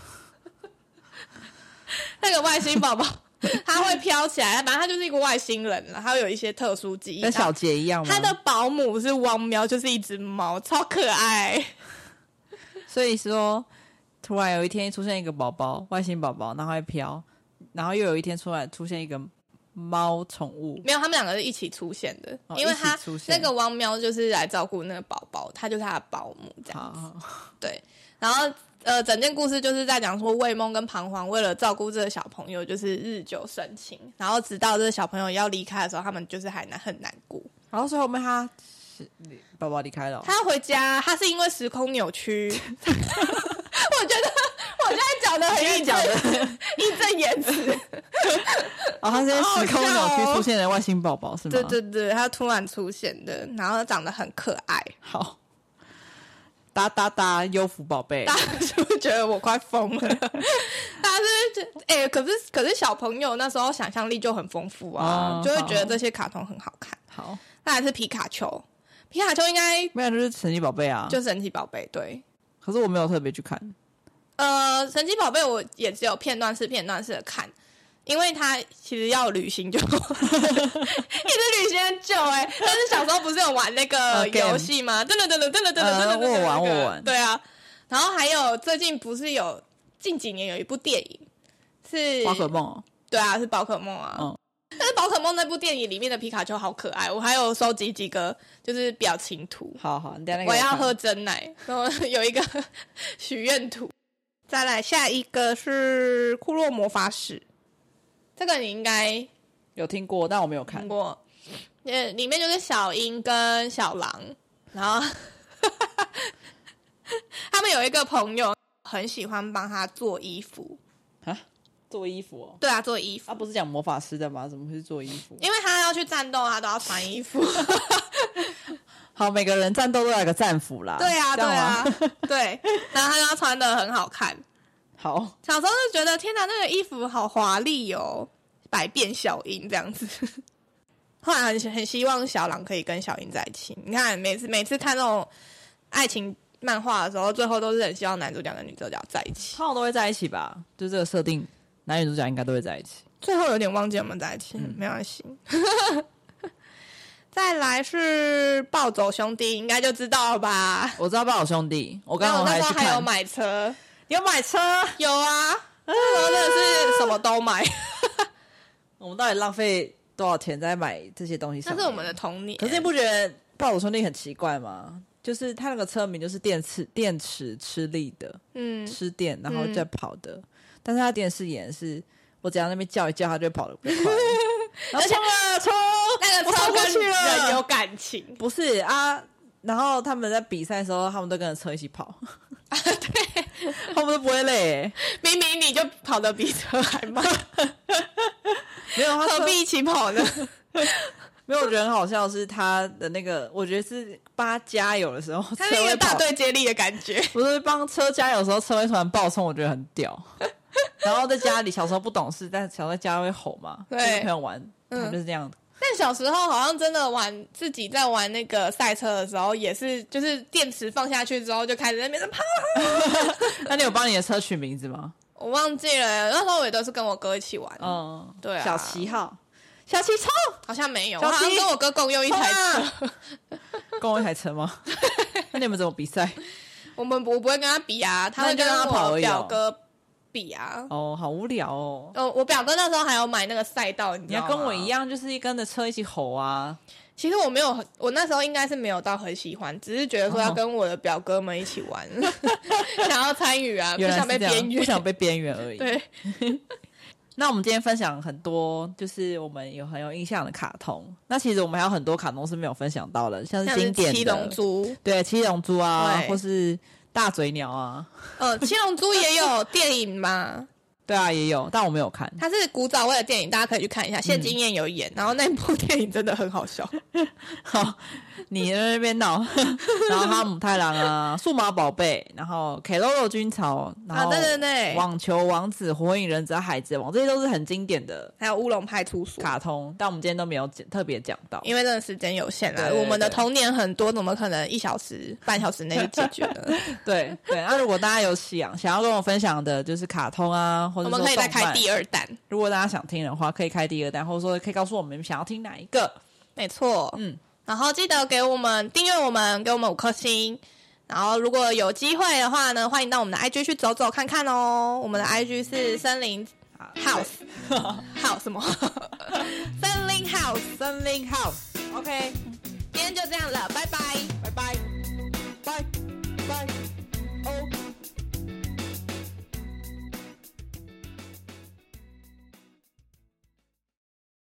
Speaker 1: 那个外星宝宝 他会飘起来，反正他就是一个外星人了，他有一些特殊记忆。
Speaker 2: 跟小杰一样吗？
Speaker 1: 他的保姆是汪喵，就是一只猫，超可爱。
Speaker 2: 所以说，突然有一天出现一个宝宝，外星宝宝，然后会飘，然后又有一天出来出现一个猫宠物，
Speaker 1: 没有，他们两个是一起出现的，
Speaker 2: 哦
Speaker 1: 因为
Speaker 2: 一起
Speaker 1: 他
Speaker 2: 出现
Speaker 1: 那个汪喵就是来照顾那个宝宝，他就是他的保姆这样。
Speaker 2: 好，
Speaker 1: 对，然后呃，整件故事就是在讲说，魏梦跟彷徨为了照顾这个小朋友，就是日久生情，然后直到这个小朋友要离开的时候，他们就是还难很难过。
Speaker 2: 然哦后所以后面他宝宝离开了哦、
Speaker 1: 他要回家，他是因为时空扭曲。我觉得 我现在讲的很
Speaker 2: 跟
Speaker 1: 义
Speaker 2: 你讲的，
Speaker 1: 义正言辞。
Speaker 2: 哦，他现在时空
Speaker 1: 好好
Speaker 2: 扭
Speaker 1: 笑哦
Speaker 2: 曲出现了外星宝宝是吗？
Speaker 1: 对，对对，他突然出现的，然后长得很可爱，
Speaker 2: 好，哒哒哒，优福宝贝
Speaker 1: 大，家 是不是觉得我快疯了？ 大家是不是觉得哎、可是可是小朋友那时候想象力就很丰富啊，
Speaker 2: 哦
Speaker 1: 就会觉得这些卡通很好看。
Speaker 2: 好，
Speaker 1: 那还是皮卡丘，皮卡丘应该
Speaker 2: 没有就是神奇宝贝啊，
Speaker 1: 就神奇宝贝对。
Speaker 2: 可是我没有特别去看，
Speaker 1: 呃，神奇宝贝我也只有片段式、片段式的看，因为它其实要旅行就 一直旅行很久哎、但是小时候不是有玩那个
Speaker 2: 呃，game
Speaker 1: 游戏吗？真的真的真的真的
Speaker 2: 呃
Speaker 1: 真的，
Speaker 2: 我有玩
Speaker 1: 真的
Speaker 2: 我有玩
Speaker 1: 对啊。然后还有最近不是有近几年有一部电影是
Speaker 2: 宝可梦哦
Speaker 1: 对啊，是宝可梦啊。
Speaker 2: 嗯
Speaker 1: 但是宝可梦那部电影里面的皮卡丘好可爱，我还有收集几个就是表情图。
Speaker 2: 好好，你等一下那个
Speaker 1: 我要
Speaker 2: 看
Speaker 1: 喝真奶， 然后有一个许愿图。再来下一个是库洛魔法使，这个你应该
Speaker 2: 有听过，但我没有看
Speaker 1: 看，过。呃，里面就是小樱跟小狼，然后 他们有一个朋友很喜欢帮他做衣服，
Speaker 2: 做衣服哦。
Speaker 1: 对啊，做衣服，
Speaker 2: 他、不是讲魔法师的吗？怎么会是做衣服？
Speaker 1: 因为他要去战斗，他都要穿衣服。
Speaker 2: 好，每个人战斗都来个战服啦。
Speaker 1: 对啊，
Speaker 2: 这
Speaker 1: 对
Speaker 2: 样吗
Speaker 1: 啊。，对，然后他就要穿的很好看，
Speaker 2: 好，
Speaker 1: 小时候就觉得天哪，那个衣服好华丽哦，百变小樱这样子。 后来很很希望小狼可以跟小樱在一起。你看，每次每次看那种爱情漫画的时候，最后都是很希望男主角跟女主角在一起。
Speaker 2: 通常都会在一起吧？就这个设定，男女主角应该都会在一起。嗯
Speaker 1: 最后有点忘记我们在一起，没关系。 再来是暴走兄弟，应该就知道了吧？
Speaker 2: 我知道吧，我兄弟，我刚
Speaker 1: 但
Speaker 2: 刚
Speaker 1: 我那
Speaker 2: 还
Speaker 1: 时
Speaker 2: 去
Speaker 1: 候还
Speaker 2: 看，
Speaker 1: 有买车，
Speaker 2: 你有买车？
Speaker 1: 有啊，那时候真的是什么都 买，
Speaker 2: 我们到底浪费多少钱在买这些东西上
Speaker 1: 那
Speaker 2: 面？
Speaker 1: 是我们的童年。
Speaker 2: 可是你不觉得《暴走兄弟》很奇怪吗？就是他那个车名就是电池电池吃力的，
Speaker 1: 嗯，
Speaker 2: 吃电然后再跑的，但是他电视演的是我只要那边叫一叫，他就会跑得比较 快。然后冲啊冲！
Speaker 1: 那个
Speaker 2: 我
Speaker 1: 车
Speaker 2: 冲过
Speaker 1: 跟
Speaker 2: 去了
Speaker 1: 人有感情，
Speaker 2: 不是啊，然后他们在比赛的时候，他们都跟着车一起跑。
Speaker 1: 啊
Speaker 2: 对，他们都不会累、欸，
Speaker 1: 明明你就跑得比车还 慢，
Speaker 2: 没有他
Speaker 1: 何
Speaker 2: 车
Speaker 1: 必一起跑 呢？
Speaker 2: 没有，我觉得很好笑的是他的那个，我觉得是帮他加油的时候，车
Speaker 1: 它是一
Speaker 2: 会
Speaker 1: 个大
Speaker 2: 跑，
Speaker 1: 队接力的感觉。
Speaker 2: 不是帮车加油的时候，车会突然爆冲，我觉得很 屌。然后在家里小时候不懂事，但小时候在家会吼嘛，
Speaker 1: 对
Speaker 2: 跟朋友玩，他们
Speaker 1: 嗯
Speaker 2: 就是这样。
Speaker 1: 但小时候好像真的玩自己在玩那个赛车的时候，也是就是电池放下去之后就开始在那边跑，
Speaker 2: 那你有帮你的车取名字吗？
Speaker 1: 我忘记了，那时候我也都是跟我哥一起玩，
Speaker 2: 嗯，
Speaker 1: 对啊
Speaker 2: 小旗号，小旗冲
Speaker 1: 好像没有，我
Speaker 2: 小
Speaker 1: 好像
Speaker 2: 七啊
Speaker 1: 跟我哥共用一台车，
Speaker 2: 车，跟我一台车吗？ 那你们怎么比赛？
Speaker 1: 我们不我不会跟他比啊，他
Speaker 2: 那
Speaker 1: 会
Speaker 2: 你就让他
Speaker 1: 跟
Speaker 2: 跑
Speaker 1: 我
Speaker 2: 而已哦
Speaker 1: 表哥比啊。
Speaker 2: 哦，好无聊哦。
Speaker 1: 呃，我表哥那时候还有买那个赛道，你知
Speaker 2: 你
Speaker 1: 道
Speaker 2: 要
Speaker 1: 吗
Speaker 2: 跟我一。样，就是跟着车一起吼啊！
Speaker 1: 其实我没有很，我那时候应该是没有到很喜欢，只是觉得说
Speaker 2: 哦
Speaker 1: 要跟我的表哥们一起玩， 想要参与啊，不
Speaker 2: 原来
Speaker 1: 想
Speaker 2: 是
Speaker 1: 被
Speaker 2: 这样
Speaker 1: 边
Speaker 2: 不
Speaker 1: 缘。
Speaker 2: 想被边缘而 已。
Speaker 1: 对，
Speaker 2: 那我们今天分享很多，就是我们有很有印象的卡通。那其实我们还有很多卡通是没有分享到的，像
Speaker 1: 像
Speaker 2: 是
Speaker 1: 是
Speaker 2: 经典的
Speaker 1: 七龙，珠，
Speaker 2: 对，七龙珠啊，
Speaker 1: 对
Speaker 2: 或是大嘴鸟啊，
Speaker 1: 呃，七龙珠也有电影 嘛，
Speaker 2: 对啊，也有，但我没有 看。
Speaker 1: 它是古早味的电影，大家可以去看一下，谢金燕有
Speaker 2: 嗯
Speaker 1: 演，然后那部电影真的很好笑。哦
Speaker 2: 好，你在那边闹， 然后哈姆太郎啊，数码宝贝，然后 K l o 军曹， 然
Speaker 1: 啊，
Speaker 2: 后
Speaker 1: 对对对，
Speaker 2: 网球王子、火影忍者、海贼王，这些都是很经典的
Speaker 1: 还有乌龙派出所，
Speaker 2: 卡通，但我们今天都没有讲特别讲到。
Speaker 1: 因为真的时间有限啦
Speaker 2: 对，对
Speaker 1: 我们的
Speaker 2: 对
Speaker 1: 童年很多，怎么可能一小时、半小时内就解决 呢？
Speaker 2: 对对，那如果大家有想想要跟我分享的，就是卡通啊，或
Speaker 1: 我
Speaker 2: 者
Speaker 1: 们
Speaker 2: 说
Speaker 1: 可以再
Speaker 2: 动
Speaker 1: 开
Speaker 2: 漫
Speaker 1: 第二弹，
Speaker 2: 如果大家想听的话，可以开第二弹，或者说可以告诉我们想要听哪一个。
Speaker 1: 没错，
Speaker 2: 嗯，
Speaker 1: 然后记得给我们订阅我们，给我们五颗星。然后，如果有机会的话呢，欢迎到我们的 IG 去走走看看哦。我们的 IG 是森林
Speaker 2: 好
Speaker 1: House House 什么？森林 House。
Speaker 2: 森林 House，OK，、
Speaker 1: 今天就这样了，拜拜。
Speaker 2: 拜拜，拜拜。
Speaker 1: Oh